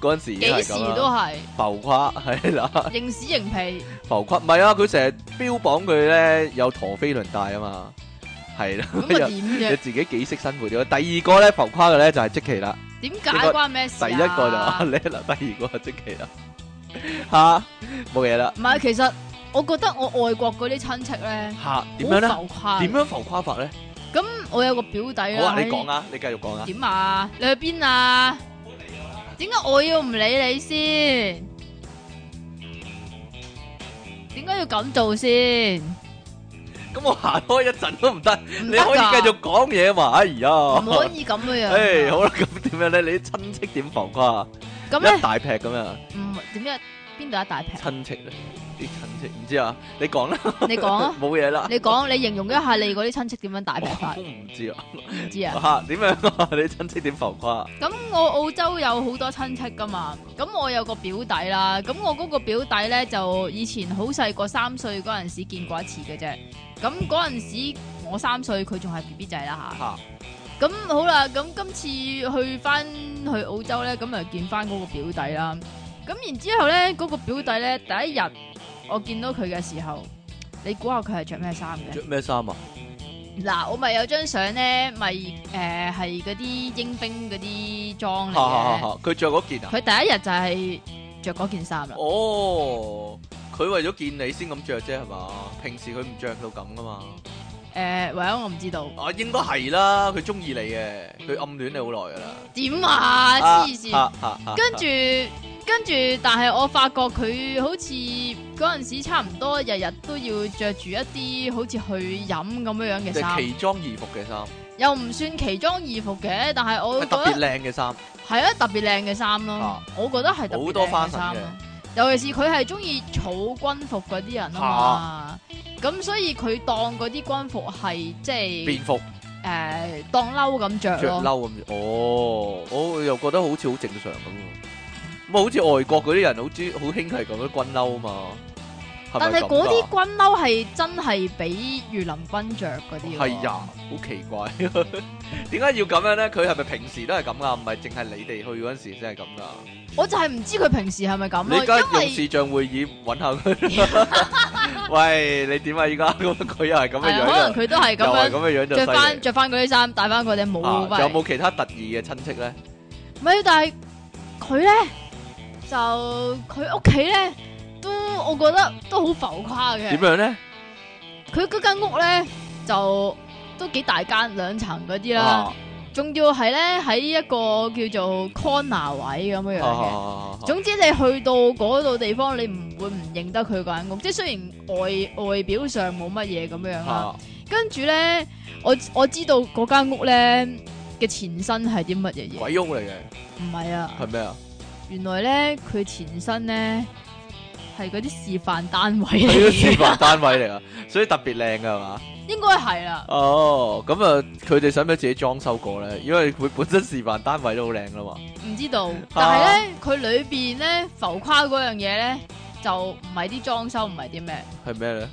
A: 嗰陣時已經
B: 幾
A: 係
B: 時
A: 咁
B: 都
A: 啦，
B: 係
A: 浮誇係啦，
B: 認屎認
A: [laughs]
B: 屁，
A: 浮誇唔係啊！佢成日標榜佢咧有陀飛輪帶啊嘛，係啦，[laughs]
B: 咁
A: 又
B: 啊
A: 你
B: 點啫？
A: 自己幾識生活咗。第二個咧浮誇嘅咧就係積淇啦。
B: 點
A: 應
B: 解
A: 該
B: 關咩事
A: 第
B: 啊？
A: 一個就阿叻啦，第二個就積淇啦，吓冇嘢啦，
B: 唔係，其實我覺得我外國嗰啲親戚咧，
A: 吓點樣咧？
B: 好浮誇。
A: 點樣浮誇法咧？
B: 我有個表弟
A: 好
B: 啦，
A: 啊，你講啊，你繼續講啊。
B: 點啊？你去邊啊？點解我要唔理你先？點解要咁做先？
A: 咁我行開一陣都唔得，
B: 唔
A: 你
B: 得
A: 可以
B: 㗎
A: 繼續講嘢嘛？哎呀，
B: 唔可
A: [laughs]
B: 以咁嘅
A: 誒，
B: 樣。
A: 好啦，咁點樣咧？你啲親戚點浮誇啊？
B: 咁
A: 一
B: 咧
A: 大劈咁樣，
B: 唔點一邊度一大平？
A: 親戚咧，啲親戚唔知啊，你講啦，
B: 你講啊，
A: 冇嘢啦，
B: 你講，你形容一下你嗰啲親戚點樣大平法
A: 我？唔知啊，
B: 唔知啊。
A: 吓點樣 [laughs] 啊？你親戚點浮誇？
B: 咁我澳洲有好多親戚噶嘛，咁我有個表弟啦，咁我嗰個表弟咧就以前好細個三歲嗰陣時見過一次嘅啫，咁嗰陣時我三歲，佢仲係 B B 仔啦
A: 吓
B: 吓，咁好啦，咁今次去翻去澳洲咧，咁啊見翻嗰個表弟啦，咁然之後咧嗰、個表弟咧第一日我見到佢嘅時候，你估下佢係着咩衫嘅？
A: 着咩衫啊？
B: 嗱，我咪有張相咧，咪誒係嗰啲英兵嗰啲裝
A: 吓
B: 嚟
A: 吓吓
B: 嘅。！
A: 佢着嗰件啊？
B: 佢第一日就係着嗰件衫啦。
A: 哦，佢為咗見你先咁着啫，係嘛？平時佢唔着到咁噶嘛？
B: 誒，或者我唔知道
A: 啊，應該係啦，佢中意你嘅，佢暗戀你好耐噶啦。
B: 點啊，黐線。
A: 啊！啊啊
B: 跟住跟住，但係我發覺佢好似嗰陣時差唔多日日都要着住一啲好似去飲咁樣樣
A: 即
B: 嘅
A: 係
B: 衫，
A: 奇裝異服嘅衫，
B: 又唔算奇裝異服嘅，但係我
A: 係
B: 覺
A: 特別
B: 得
A: 靚嘅衫。
B: 係啊特別靚嘅衫咯
A: 啊，
B: 我覺得係特
A: 好
B: 別
A: 多
B: 靚
A: 花
B: 嘅
A: 神
B: 衫
A: 嘅
B: 咯。尤其是佢係中意草軍服嗰啲人啊嘛，咁、所以佢當嗰啲軍服係即係
A: 便服
B: 誒、呃當褸咁
A: 着
B: 着
A: 褸
B: 咯，
A: 咁啊樣，哦，我又覺得好似好正常咁喎。咁好似外國嗰啲人好知好興係咁樣軍褸啊嘛，係
B: 但
A: 咪
B: 係
A: 咁
B: 嗰啲
A: 㗎
B: 軍褸係真係俾御林軍着嗰啲喎，
A: 係呀，好奇怪， [laughs] 點解要咁樣咧？佢係咪平時都係咁噶？唔係淨係你哋去嗰陣時先係咁噶？
B: 我就係唔知佢平時係咪咁
A: 你而家
B: 咯，因
A: 用
B: 為
A: 視像會議揾 [laughs] 下佢，喂，你點啊？而家咁佢又係咁嘅
B: 係
A: 樣
B: 可能
A: 啊，
B: 佢都係
A: 又係
B: 咁
A: 咁
B: 樣。
A: 嘅樣就
B: 着
A: 犀
B: 翻
A: 利。
B: 着翻嗰啲衫，戴翻嗰頂帽
A: 啊
B: 翻
A: 有
B: 嚟，
A: 冇其他特異嘅親戚咧？
B: 唔係，但係佢咧就佢屋企咧都，我覺得都好浮誇嘅。
A: 點樣咧？
B: 佢嗰間屋咧就都幾大間，兩層嗰啲啦
A: 啊，
B: 仲要係咧喺一個叫做 corner 位咁樣樣
A: 啊
B: 嘅。
A: ờ,
B: 總之你去到嗰度地方，你唔會唔認得佢間屋，即係雖然外外表上冇乜嘢咁樣
A: 啊
B: 啦。跟住咧，我我知道嗰間屋咧嘅前身係啲乜嘢嘢？
A: 鬼屋嚟嘅
B: 唔係啊，
A: 係咩啊？
B: 原來咧佢前身咧係嗰啲示範單位嚟
A: 係個示
B: 嘅，
A: 範單位嚟啊，所以特別靚噶係嘛？
B: [laughs] 應該係啦。
A: 哦，咁啊，佢哋使唔使自己裝修過咧？因為佢本身示範單位都好靚啦嘛。
B: 唔知道，但係咧，佢裏邊咧浮誇嗰樣嘢咧，就唔係啲裝修，唔係啲咩，
A: 係咩咧？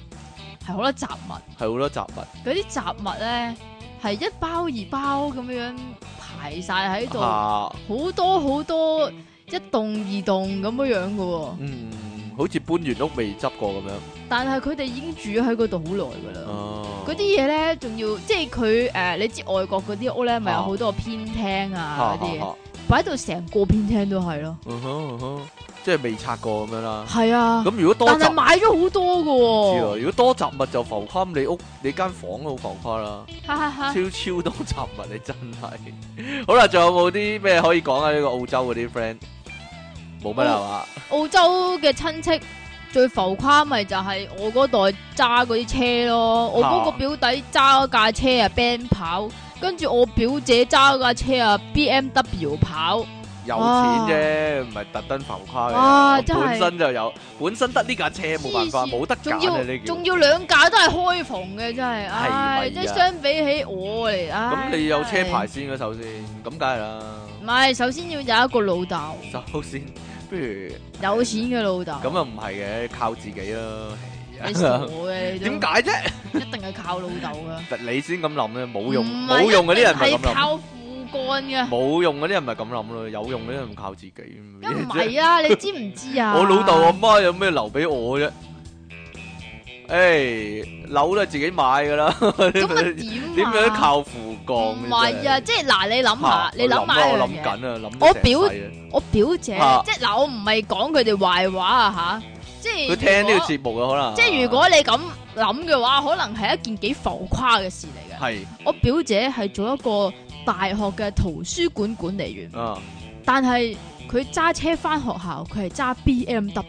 B: 係好多雜物。
A: 係好多雜物
B: 嗰啲雜物咧係一包二包咁樣排晒喺度，好、
A: 啊，
B: 多好多一棟二棟咁樣樣嘅喎。
A: 嗯，好似搬完屋未執過咁樣。
B: 但係佢哋已經住喺嗰度好耐㗎啦。
A: 哦，
B: 嗰啲嘢咧，仲要即係佢誒，你知外國嗰啲屋咧，咪有
A: 啊
B: 好多個偏廳啊
A: 嚇
B: 嗰
A: 嚇
B: 啲嘢，
A: 嚇
B: 擺到成個偏廳都係咯。
A: 嗯哼嗯哼，即係未拆過咁樣啦。
B: 係啊，
A: 咁如果多
B: 但係
A: 雜
B: 買咗好多
A: 知
B: 㗎喎
A: 啦，。如果多雜物就浮誇，你屋你間房都好浮誇啦，
B: 哈哈哈
A: 超！超多雜物，你真係。好啦，仲有冇啲咩可以講啊？呢個澳洲嗰啲 friend 冇乜啦
B: 哦
A: 係嘛？
B: 澳洲嘅親戚最浮誇咪就係我嗰代揸嗰啲車咯，我嗰個表弟揸嗰架車啊 Ben 跑，跟住我表姐揸嗰架車啊 BMW 跑，
A: 有錢啫，唔係特登浮誇
B: 哇
A: 嘅。
B: 真係
A: 本身就有，本身得呢架車冇辦法，
B: 黐線
A: 冇得揀
B: 仲
A: 啊呢
B: 要
A: 叫
B: 仲。要兩架都係開房嘅真係，
A: 咪
B: 唉，即係
A: 呀
B: 相比起我嚟，唉，
A: 咁你有車牌
B: 真係？
A: 先嘅首先，咁梗係啦。
B: 唔係，首先要有一個老豆，
A: 首先，不如
B: 有錢嘅老豆。
A: 咁又唔係嘅，靠自己啦。
B: 你傻嘅，你都
A: 點解啫？
B: 一定係靠老豆噶？
A: 你先咁諗咧，冇用
B: 唔係
A: 冇用嗰啲人咪
B: 一
A: 咁
B: 定係
A: 諗，
B: 靠父幹嘅。
A: 冇用嗰啲人咪咁諗咯，有用嗰啲人咪靠自己。咩
B: 梗唔
A: 啫
B: 係
A: [laughs]
B: 啊，你知唔知啊？
A: 我老豆阿媽有咩留俾我啫？誒，樓都係自己買噶啦， [laughs]
B: 咁啊
A: 點
B: 點
A: 樣
B: 啊？
A: 靠父幹？
B: 唔係啊，即係嗱，你諗下，你諗下
A: 我
B: 一樣
A: 諗
B: 嘢。
A: 緊啊，諗咗
B: 我表
A: 成世啊
B: 我表姐
A: 啊
B: 即係嗱，我唔係講佢哋壞話啊吓，即係
A: 佢聽呢
B: 如
A: 個
B: 果
A: 節目啊，可能
B: 即係如果你咁諗嘅話，可能係一件幾浮誇嘅事嚟嘅。
A: 係
B: 我表姐係做一個大學嘅圖書館管理員，
A: 啊，
B: 但係佢揸車翻學校，佢係揸 B M W，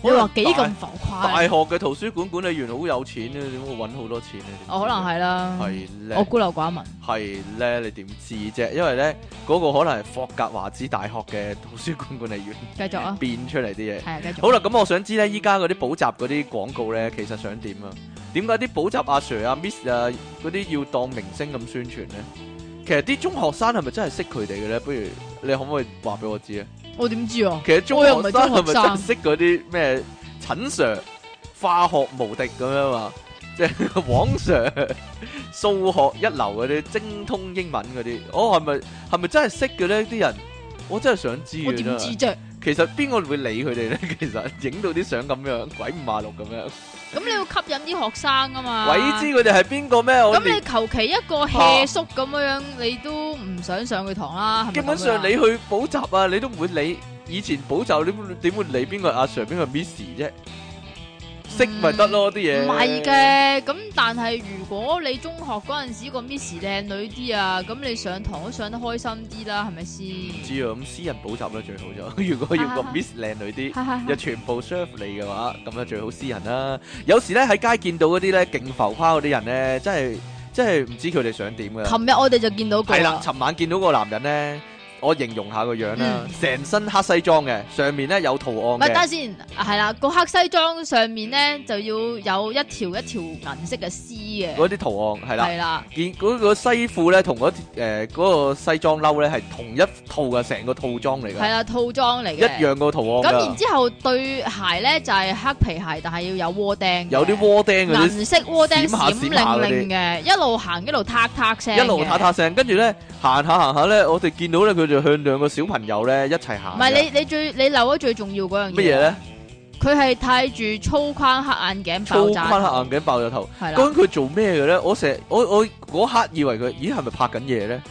B: 你話幾
A: 可能
B: 咁浮
A: 大
B: 誇
A: 學
B: 咧？
A: 嘅圖書館管理員好有錢咧，點會揾好多錢咧？
B: 哦我可能係啦，
A: 係
B: 我
A: 咧，
B: 孤陋寡聞。
A: 係咧，你點知啫？因為咧，嗰、個可能係霍格華茲大學嘅圖書館管理員
B: 繼續啊，
A: 變出嚟啲嘢。
B: 係啊，繼續。
A: 好啦，，咁我想知咧，依家嗰啲補習嗰啲廣告咧，其實想點啊？點解啲補習阿 Sir 啊、Miss 啊嗰啲要當明星咁宣傳咧？其實啲中學生係咪真係識佢哋嘅咧？不如你可唔可以話俾我知啊？
B: 我點知啊？
A: 其實中
B: 我又唔
A: 學
B: 係
A: 生
B: 中
A: 係咪
B: 學
A: 真
B: 生
A: 係識嗰啲咩陳 Sir 化學無敵咁樣嘛？ [laughs] 即係黃 Sir 數學一流嗰啲，精通英文嗰啲，我係咪係咪真係識嘅咧？啲人我真係想知
B: 我
A: 嘅
B: 點知
A: 啫。
B: 啫？
A: 其實邊個會理佢哋咧？ [laughs] 其實影到啲相咁樣鬼五馬六咁樣，
B: 咁你要吸引啲學生啊嘛。
A: 鬼知佢哋係邊個咩？我
B: 咁
A: 連
B: 你求其一個 hea 叔咁樣樣，你都唔想上佢堂啦。係咪
A: 基本
B: 咁樣
A: 上
B: 啊
A: 你去補習啊，你都唔會理以前補習，你會點會理邊個係阿 Sir 邊個係 Miss 啫？識咪得咯啲嘢。
B: 唔係嘅，咁但係如果你中學嗰陣時個 Miss 靚女啲啊，咁你上堂都上得開心啲啦，係咪先？
A: 唔知啊，咁私人補習咧最好就， [laughs] 如果要個
B: 啊
A: Miss 靚女啲，又全部 serve 你嘅話，咁啊最好私人啦。有時咧喺街見到嗰啲咧勁浮誇嗰啲人咧，真係真係唔知佢哋想點嘅。
B: 琴日我哋就見到個
A: 呃係啦，尋晚見到個男人咧，我形容下個樣啦，
B: 嗯
A: 成身黑西裝嘅，上面咧有圖
B: 唔
A: 案
B: 係，等下
A: 嘅，
B: 先，係啦，個黑西裝上面咧就要有一條一條銀色嘅絲嘅，
A: 嗰啲圖案係啦。
B: 係啦，
A: 見嗰個西褲咧，同嗰誒嗰個西裝褸咧係同一套嘅，成個套裝嚟
B: 係
A: 嘅，
B: 啦，套裝嚟
A: 一
B: 嘅。
A: 樣個圖
B: 咁
A: 案㗎。
B: 然之後對鞋咧就係黑皮鞋，但係要有窩釘嘅，
A: 有啲窩釘嗰啲
B: 銀色窩釘
A: 閃下
B: 閃
A: 閃下嗰啲
B: 令令嘅，一路行一路嗒嗒聲嘅，
A: 一路嗒嗒聲，跟住咧行下行下咧，我哋見到咧佢就向兩個小朋友咧一齊行
B: 唔
A: 嘅。
B: 係你你最你漏咗最重要嗰樣
A: 乜嘢咧？
B: 佢係戴住粗框黑眼鏡
A: 粗框
B: 爆
A: 黑
B: 炸，
A: 眼鏡爆咗頭，
B: 係啦
A: 究，竟佢做咩嘅咧？我成日我我嗰刻以為佢，咦係咪拍緊嘢咧？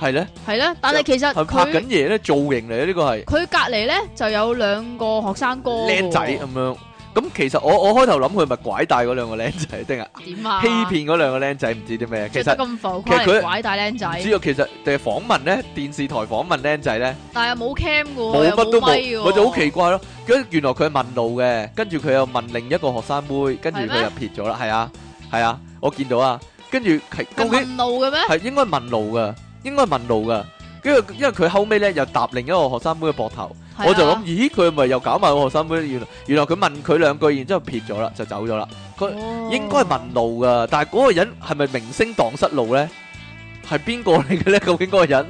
A: 係咧，
B: 係啦。但係其實
A: 係拍緊
B: 佢
A: 嘢咧，造型嚟嘅呢個係
B: 佢隔離咧就有兩個學生哥喎，
A: 靚仔咁樣。咁其實我我開頭諗佢係咪拐帶嗰兩個靚仔，定係
B: 點啊？
A: 欺騙嗰兩個靚仔唔知啲咩？其
B: 着
A: 實
B: 得。咁浮
A: 其實
B: 誇
A: 佢
B: 嚟拐大僆
A: 唔
B: 仔，
A: 知啊，其實定係訪問咧，電視台訪問僆仔咧，
B: 但係冇 cam 嘅喎，
A: 冇
B: 又
A: 乜都
B: 咪嘅
A: 冇，
B: 喎
A: 我就好奇怪咯。跟原來佢係問路嘅，跟住佢又問另一個學生妹，跟住
B: 係
A: 佢
B: 咩
A: 又撇咗啦。係啊，係啊，我見到啊。跟住係究
B: 佢
A: 竟
B: 問路嘅咩？
A: 係應該問路噶，應該問路噶。跟住因為佢後尾咧又搭另一個學生妹嘅膊頭，
B: 係啊
A: 我就諗，咦佢係咪又搞埋個學生妹？原來原來佢問佢兩句，然之後撇咗啦，就走咗啦。佢
B: 哦
A: 應該係問路噶，但係嗰個人係咪明星蕩失路咧？係邊個嚟嘅咧？究竟嗰個人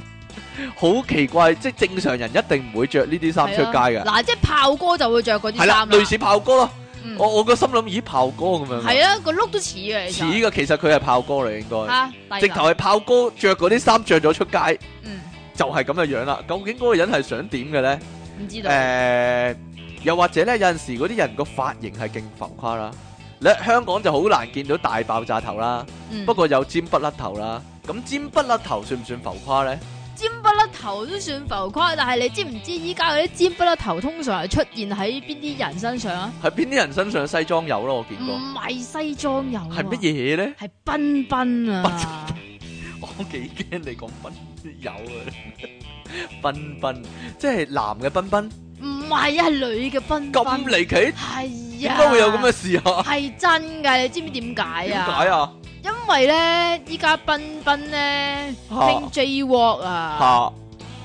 A: 好奇怪，即係正常人一定唔會着呢啲衫出街
B: 係
A: 嘅，
B: 啊嗱，即係炮哥就會着嗰啲
A: 係
B: 衫
A: 啦，
B: 啦，
A: 類似炮哥咯。
B: 嗯
A: 我我個心諗，咦，炮哥咁樣㗎，
B: 係啊，個碌都似嘅，
A: 似嘅，其實佢係炮哥嚟，應該
B: 嚇，
A: 直頭係炮哥着嗰啲衫着咗出街，
B: 嗯
A: 就係咁嘅樣啦。究竟嗰個人係想點嘅咧？
B: 唔知道，
A: 誒，又或者咧，有陣時嗰啲人個髮型係勁浮誇啦。你喺香港就好難見到大爆炸頭啦。
B: 嗯
A: 不過有尖不甩頭啦，咁尖不甩頭算唔算浮誇呢？
B: 尖不甩頭都算浮誇，但係你知唔知依家嗰啲尖不甩頭通常係出現喺邊啲人身上啊？
A: 喺邊啲人身上西裝有咯，我見
B: 唔
A: 過。
B: 係西裝友，
A: 係乜？嘢呢？ [laughs]
B: 係賓賓啊！
A: 我幾驚你講賓有啊， [laughs] 賓賓，即係男嘅賓賓，
B: 唔係啊，係女嘅
A: 咁
B: 賓賓。
A: 離奇，
B: 係
A: 點
B: 啊，
A: 解會有咁嘅事啊？
B: 係真㗎，你知唔知點解
A: 點
B: 啊？
A: 解啊？
B: 因為咧，依家賓賓咧
A: 嚇
B: 興 J Walk 啊，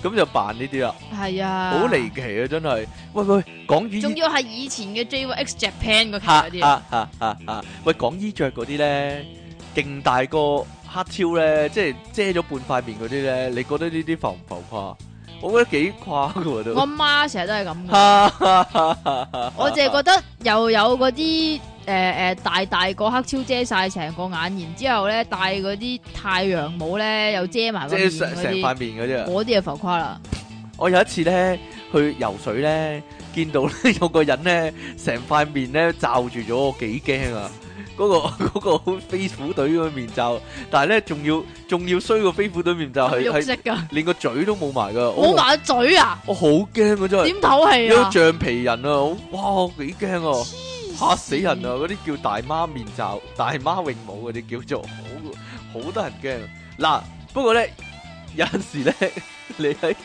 A: 嚇，咁就扮呢啲啦，
B: 係啊，
A: 好離奇啊！真係，喂喂，講衣
B: 仲要係以前嘅 J Walk X Japan 嗰期
A: 嚇
B: 嗰啲啊，
A: 嚇嚇嚇嚇，喂，講衣着嗰啲呢，勁大個黑超呢，即係遮咗半塊面嗰啲呢，你覺得呢啲浮唔浮誇？我覺得幾誇嘅喎都。
B: 我阿媽成日都係咁嘅。
A: 哈哈哈哈哈
B: 我淨係覺得又有嗰啲誒誒大大個黑超遮晒成個眼，然之後咧戴嗰啲太陽帽咧又遮埋
A: 遮
B: 個面
A: 成
B: 嗰
A: 成塊
B: 啲，
A: 面嗰啲啊！
B: 嗰啲就浮誇啦。
A: 我有一次呢，去游水呢，見到呢 [laughs] 有個人呢，成塊面呢罩住咗，我幾驚啊！嗰、 [laughs] 個嗰個飛虎隊嗰個面罩，但係呢，仲要仲要衰過飛虎隊面罩，係哦
B: 肉
A: 係
B: 色噶，
A: 連個嘴都冇埋噶，
B: 冇
A: 我
B: 埋個嘴啊，
A: 我好驚啊真係。
B: 點唞氣
A: 有
B: 啊？
A: 橡皮人啊，好哇，我幾驚啊，嚇死人啊！嗰啲叫大媽面罩、大媽泳帽嗰啲叫做好好得人驚。嗱，不過咧有陣時咧，你喺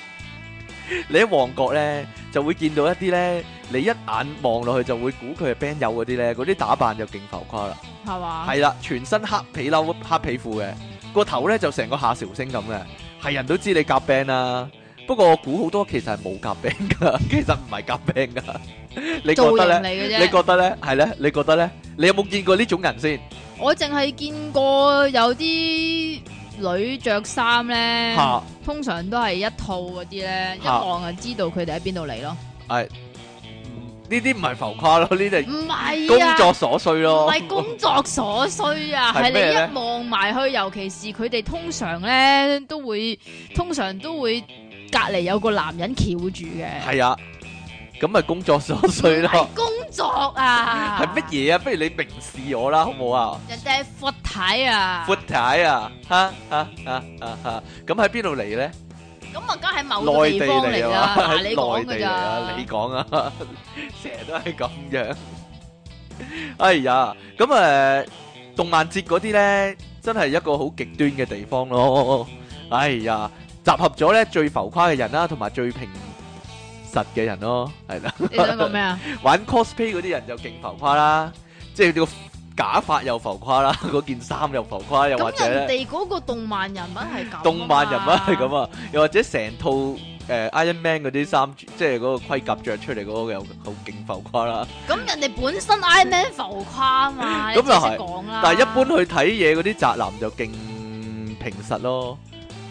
A: 你喺旺角咧就會見到一啲咧，你一眼望落去就會估佢係 band 友嗰啲咧，嗰啲打扮就勁浮誇啦。
B: 系嘛？
A: 係啦，全身黑皮褸、黑皮褲嘅，個頭咧就成個夏韶聲咁嘅，係人都知你夾 band 啦。不過我估好多其實係冇夾 band 噶， [laughs] 其實唔係夾 band 噶。 [laughs] 你覺
B: 造型
A: 得
B: 嚟
A: 咧？
B: 嘅
A: 你
B: 啫。
A: 覺得咧？係咧？你覺得咧？你有冇見過呢種人先？
B: 我淨係見過有啲女着衫咧，
A: 嚇！
B: 通常都係一套嗰啲咧，一
A: 嚇
B: 望就知道佢哋喺邊度嚟咯。
A: 呢啲唔係浮誇咯，呢啲係
B: 唔係
A: 工
B: 啊，
A: 作所需咯。
B: 唔係工作所需啊，
A: 係
B: 係
A: 咩呢
B: 你一望埋去，尤其是佢哋通常咧都會，通常都會隔離有個男人翹住嘅。
A: [laughs] 係啊，咁咪工作所需咯。
B: 工作啊，
A: 係乜？嘢啊？不如你明示我啦，好唔好啊？
B: 人哋係闊體啊，
A: 闊太啊，哈哈哈哈哈！咁喺邊度嚟咧？
B: 咁啊，梗係某個
A: 內
B: 地
A: 地
B: 方嚟
A: 嚟
B: 啦
A: 啊，，
B: 嗱
A: 喺
B: 你講
A: 內地
B: 㗎
A: 嚟啊，你
B: 咋？
A: 講 [laughs] 啊，成日都係咁樣。哎呀，咁誒，動漫節嗰啲咧，真係一個好極端嘅地方咯。哎呀，集合咗咧最浮誇嘅人啦，同埋最平實嘅人咯，係啦。
B: 你想講咩啊？
A: [laughs] 玩 cosplay 嗰啲人就勁浮誇啦，即係個假髮又浮誇啦，嗰件衫又浮誇，又或
B: 咁
A: 者
B: 人
A: 咧
B: 哋嗰個動漫人物係咁啊
A: 動漫人物係 [laughs] 咁
B: 嘛。
A: 啊，又或者成套誒、呃 Iron Man 嗰啲衫，即係嗰個盔甲着出嚟嗰個又好勁浮誇啦。
B: 咁人哋本身 Iron Man 浮誇啊嘛，
A: 咁
B: 你
A: 又
B: 即係
A: 係
B: 講啦。
A: 但係一般去睇嘢嗰啲宅男就勁平實咯，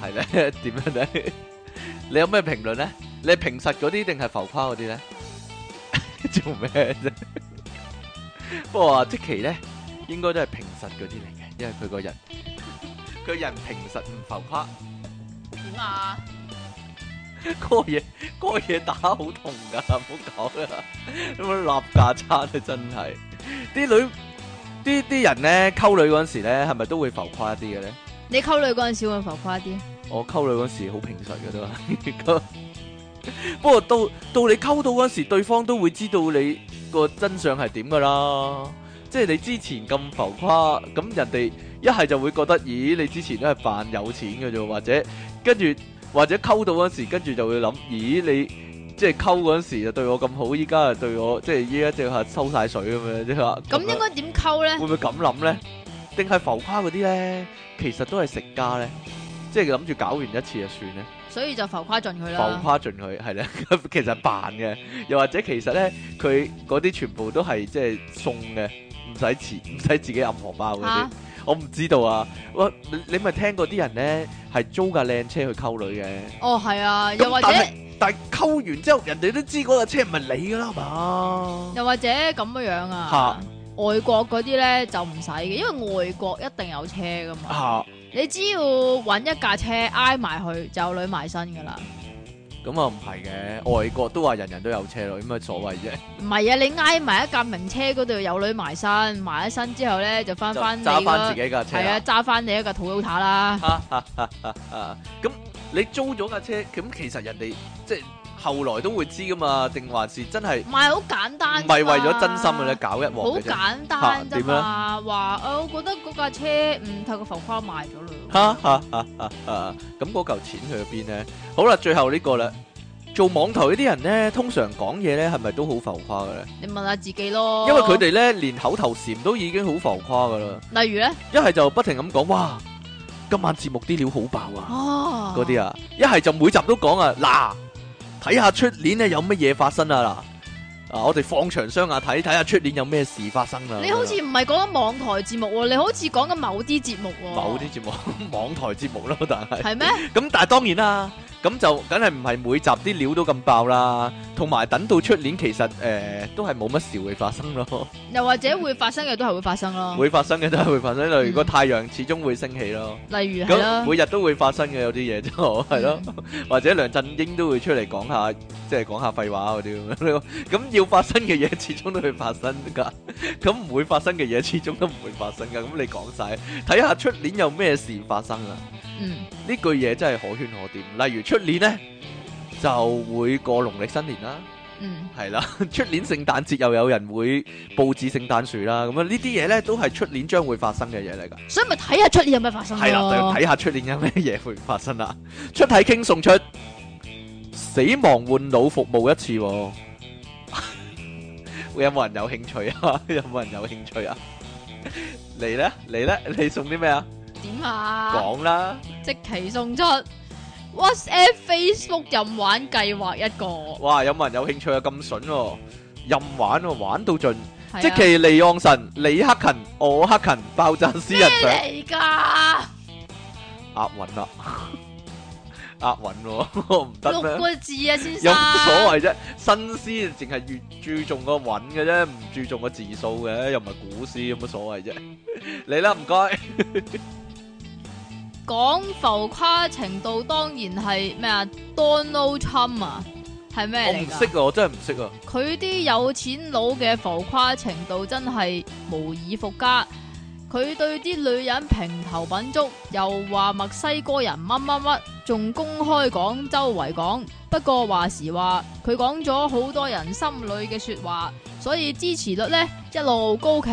A: 係咧 [laughs] 點樣咧？你有咩評論咧？你係平實嗰啲定係浮誇嗰啲咧？ [laughs] 做咩啫？不過啊，即奇咧應該都係平實嗰啲嚟嘅，因為佢個人佢人平實唔浮誇，
B: 點啊？
A: [laughs] 嗰個嘢嗰個嘢打好痛㗎，唔好講啦， [laughs] 咁樣立架餐啊真係啲女。啲啲人咧溝女嗰陣時咧，係咪都會浮誇啲嘅咧？
B: 你溝女嗰陣時會浮誇啲，
A: 我溝女嗰時好平實嘅都係， [laughs] 不過到到你溝到嗰時，對方都會知道你個真相係點噶啦。即係你之前咁浮誇，咁人哋一係就會覺得，咦，你之前都係扮有錢嘅啫，或者跟住或者溝到嗰時，跟住就會諗，咦，你即係溝嗰時就對我咁好，依家就對我即係依家就係收晒水咁樣，即係話
B: 咁應該點溝
A: 會
B: [laughs] 咧？
A: 唔會咁諗咧？定係浮誇嗰啲咧，其實都係食家咧，即係諗住搞完一次就算咧，
B: 所以就浮誇盡佢啦
A: 浮。誇盡佢係咧， [laughs] 其實扮嘅，又或者其實咧佢嗰啲全部都係即係送嘅，唔使錢，唔使自己暗荷包嗰啲
B: 嚇。
A: 我唔知道啊，喂，你你咪聽過啲人咧係租架靚車去溝女嘅，
B: 哦，係啊，又
A: 咁
B: 或者
A: 但係但係溝完之後，人哋都知嗰架車唔係你噶啦係
B: [laughs]
A: 嘛，
B: 又或者咁樣樣啊。外國嗰啲咧就唔使嘅，因為外國一定有車噶嘛。
A: 嚇
B: 你只要揾一架車挨埋去，就有女埋身噶啦。
A: 咁啊唔係嘅，外國都話人人都有車女，咁有乜所謂啫？
B: 唔係啊，你挨埋一架名車嗰度有女埋身，埋咗身之後咧就翻
A: 就
B: 翻你
A: 揸翻
B: 嗰
A: 自己架車
B: 係啊，
A: 啦。
B: 揸翻你一架 Toyota 啦，
A: 啊，咁你租咗架車，咁其實人哋即係後來都會知噶嘛，定還是真係
B: 唔係好簡單，
A: 唔係為咗真心嘅咧，，搞一
B: 好
A: 鑊嘅啫。
B: 簡
A: 嚇
B: 單啫
A: 點
B: 嘛，話啊我覺得嗰架車唔透過浮誇賣咗啦，
A: 哈哈哈哈哈！咁嗰嚿錢去咗邊咧？好啦，最後呢個啦，做網台嗰啲人咧，通常講嘢咧係咪都好浮誇嘅咧？
B: 你問下自己咯，
A: 因為佢哋咧連口頭禪都已經好浮誇噶啦，
B: 哋例如咧，
A: 一係就不停咁講，哇，今晚節目啲料好爆啊！
B: 哦
A: 嗰啲啊，一係就每集都講啊，嗱，睇下出年咧有乜嘢發生啊嗱，啊我哋放長雙眼睇，睇下出年有咩事發生啊啦、
B: 你好似唔係講緊網台節目喎，你好似講緊某啲節目喎，
A: 某啲節目 [laughs] 網台節目咯，但係
B: 哦係咩？
A: 咁但係當然啦，咁就梗係唔係每集啲料都咁爆啦，同埋等到出年其實誒、呃都係冇乜事會發生咯，
B: 又或者會發生嘅都係會發生咯，
A: 會發生嘅都係會發生，例如個
B: 嗯
A: 太陽始終會升起咯。
B: 例如係
A: 咁
B: 啦，
A: 每日都會發生嘅有啲嘢就係咯， [laughs] 或者梁振英都會出嚟講下，即係講下廢話嗰啲咁樣咯。咁要發生嘅嘢始終都會發生㗎，咁唔會發生嘅嘢始終都唔會發生㗎。咁你講晒，睇下出年有咩事發生啊？
B: 嗯，
A: 呢句嘢真係可圈可點。例如出年呢，就會過農曆新年啦。
B: 嗯。
A: 係啦，出年聖誕節又有人會佈置聖誕樹啦，咁樣呢啲嘢呢，都係出年將會發生嘅嘢嚟㗎。
B: 嗯所以咪睇下出年有咩發生咯。
A: [laughs] 係啦，就要睇下出年有咩嘢會發生啦。出體傾送出死亡換腦服務一次、喎。 [laughs] 會有冇人有興趣啊？ [laughs] 有冇人有興趣啊？你呢？你呢？你送啲咩啊？
B: 點啊？
A: 講啦，
B: 即期送出 WhatsApp、Facebook 任玩計劃一個，
A: 哇！有冇人有興趣啊？咁筍喎，任玩喎，玩到盡。
B: 係啊
A: 即其利昂神、李克勤、我克勤爆炸私人相。
B: 咩嚟㗎？
A: 押韻啦， [laughs] 押韻喎， [laughs] 唔得
B: 六
A: 咩？
B: 個字啊，先
A: 有
B: 生。
A: 乜所謂啫？新詩淨係越注重個韻嘅啫，唔注重個字數嘅，又唔係古詩，有乜所謂啫？ [laughs] 你啦，唔該，
B: 講浮誇程度當然係咩啊？Donald Trump 啊，係
A: 我
B: 咩
A: 唔
B: 嚟
A: 識
B: 㗎？
A: 啊，我真係唔識啊。
B: 佢啲有錢佬嘅浮誇程度真係無以復加。佢對啲女人平頭品足，又話墨西哥人乜乜乜，仲公開講周圍講。不過話時話，佢講咗好多人心裏嘅說話，所以支持率呢一路高企。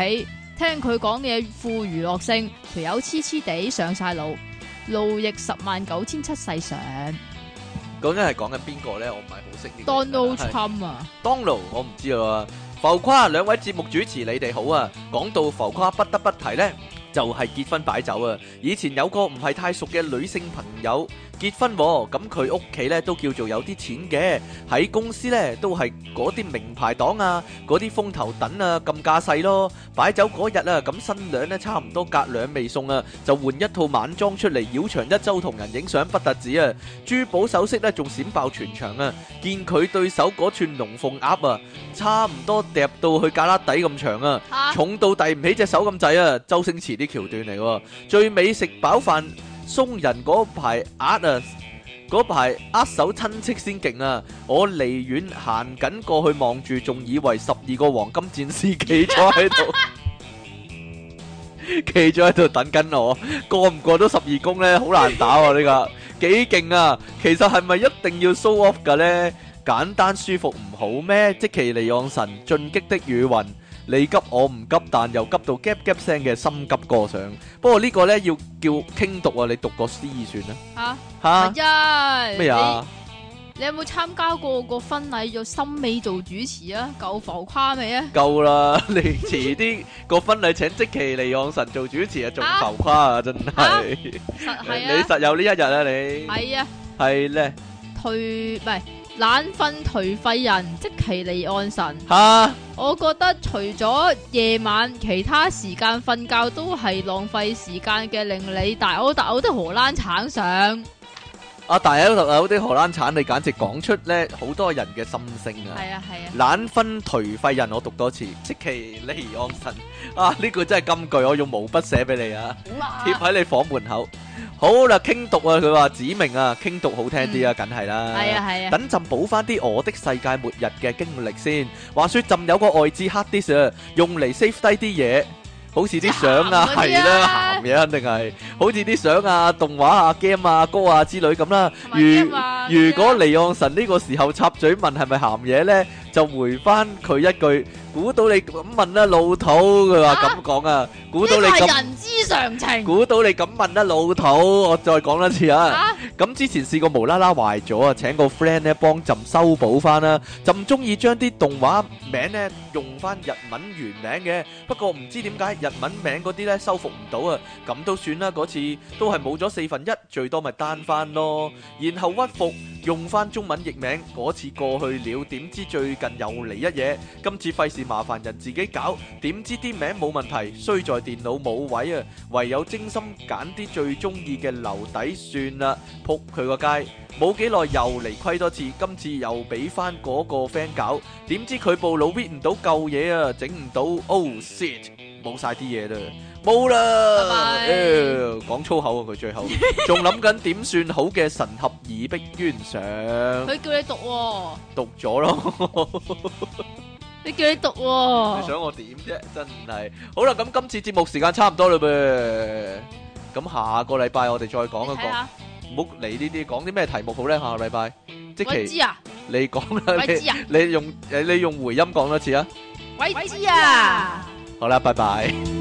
B: 聽佢講嘢富娛樂性，條友黐黐地上晒腦。路易十萬九千七世上
A: 究竟係講緊邊個咧？我唔係好識呢個人啊。
B: ，Donald
A: 係
B: Trump 啊，
A: Donald，我唔知啊。浮誇，兩位節目主持你哋好啊！講到浮誇，不得不提呢，就係、結婚擺酒啊！以前有個唔係太熟嘅女性朋友結婚、喎，咁佢屋企呢都叫做有啲錢嘅，喺公司呢都係嗰啲名牌黨啊，嗰啲風頭等啊，咁架勢咯。擺酒嗰日啊，咁新娘呢差唔多隔兩味餸啊，就換一套晚裝出嚟繞場一周同人影相不特止啊，珠寶首飾呢仲閃爆全場啊！見佢對手嗰串龍鳳鴨啊，差唔多揼到去旮旯底咁長啊， [laughs]
B: 吓
A: 重到遞唔起隻手咁滯啊！周星馳啲橋段嚟喎，最尾食飽飯鬆人嗰排鴨啊！嗰排握手親戚先勁啊！我離遠行緊過去望住，仲以為十二個黃金戰士企咗喺度，企咗喺度等緊我。過唔過到十二宮呢？好難打喎、呢、個幾勁啊！其實係咪一定要 show off 㗎呢？簡單舒服唔好咩？即其離岸神進擊的雨雲，你急我唔急，但又急到 gap gap 聲嘅心急過上。不過呢個呢，要叫傾讀啊，你讀個詩算啦嚇。
B: 吓，係啊，
A: 咩啊？
B: 你有冇參加過個婚禮做森美做主持啊？夠浮誇未啊？
A: 夠 [laughs] 啦！你遲啲個婚禮請即其利昂神做主持啊，仲
B: 啊
A: 浮誇啊，真係！
B: 實
A: 你
B: 係啊，
A: 實有呢一日啊，你
B: 係啊，
A: 係咧
B: 頹唔係懶瞓頹廢人，即其離岸神。
A: 吓，
B: 我覺得除咗夜晚，其他時間瞓覺都係浪費時間嘅，令你大嘔大嘔得荷蘭橙上。
A: 啊阿大有有啲荷蘭產，你簡直講出咧好多人嘅心聲啊！
B: 係啊係啊，
A: 懶分頹廢人，我讀多次，即其利昂神啊！呢句真係金句，我用毛筆寫俾你啊！
B: 好
A: 貼
B: 啊，
A: 喺你房門口。好啦，傾讀啊，佢話指明啊，傾讀好聽啲啊，梗係啦。
B: 係啊係啊
A: 等陣補翻啲我的世界末日嘅經歷先。話說朕有個外置 hard disk 啊，用嚟 save 低啲嘢，好似啲相啊，
B: 鹹嗰
A: 係
B: 啲
A: 啦
B: 啊，
A: 鹹嘢肯定係，好似啲相啊、動畫啊、game 啊、歌啊之類咁啦。
B: 同埋
A: 如
B: game 啊
A: 如果離岸神呢個時候插嘴問係咪鹹嘢呢，就回翻佢一句：估到你咁問啦，老土。佢話咁講啊，估到你
B: 呢個
A: 咁
B: 係。人之常情。
A: 估到你咁問啦，老土，我再講多次啊！
B: 啊，
A: 咁之前試過無啦啦壞咗啊，請個 friend 咧幫朕修補翻啦。朕中意將啲動畫名咧用翻日文原名嘅，不過唔知點解日文名嗰啲咧修復唔到啊，咁都算啦。嗰次都係冇咗四分一，最多咪單翻咯。然後屈服用翻中文譯名，嗰次過去了，點知最近又嚟一嘢，今次費事麻煩人自己搞，點知啲名冇問題，衰在電腦冇位啊，唯有精心揀啲最中意嘅留底算啦。仆佢個街。冇幾耐又嚟虧多次，今次又俾翻嗰個 friend 搞，點知佢部腦 read 唔到舊嘢啊，整唔到，oh shit，冇晒啲嘢啦，冇啦，
B: 拜拜
A: 誒講粗口啊佢最後，仲諗緊點算好嘅神合耳壁冤上，
B: 佢叫哦你讀喎，
A: 讀咗
B: [laughs]
A: 咯。
B: 佢叫你讀
A: 你
B: 喎。
A: 想我點啫？真係好啦，咁今次節目時間差唔多啦噃，咁下個禮拜我哋再講一
B: 你睇
A: 講，
B: 下，
A: 唔好理呢啲，講啲咩題目好咧？下個禮拜即
B: 鬼
A: 期
B: 知啊，
A: 你講啦，
B: 鬼
A: 你
B: 知啊，
A: 你用誒你用回音講多次啊！
B: 鬼知啊！
A: 好啦，拜拜。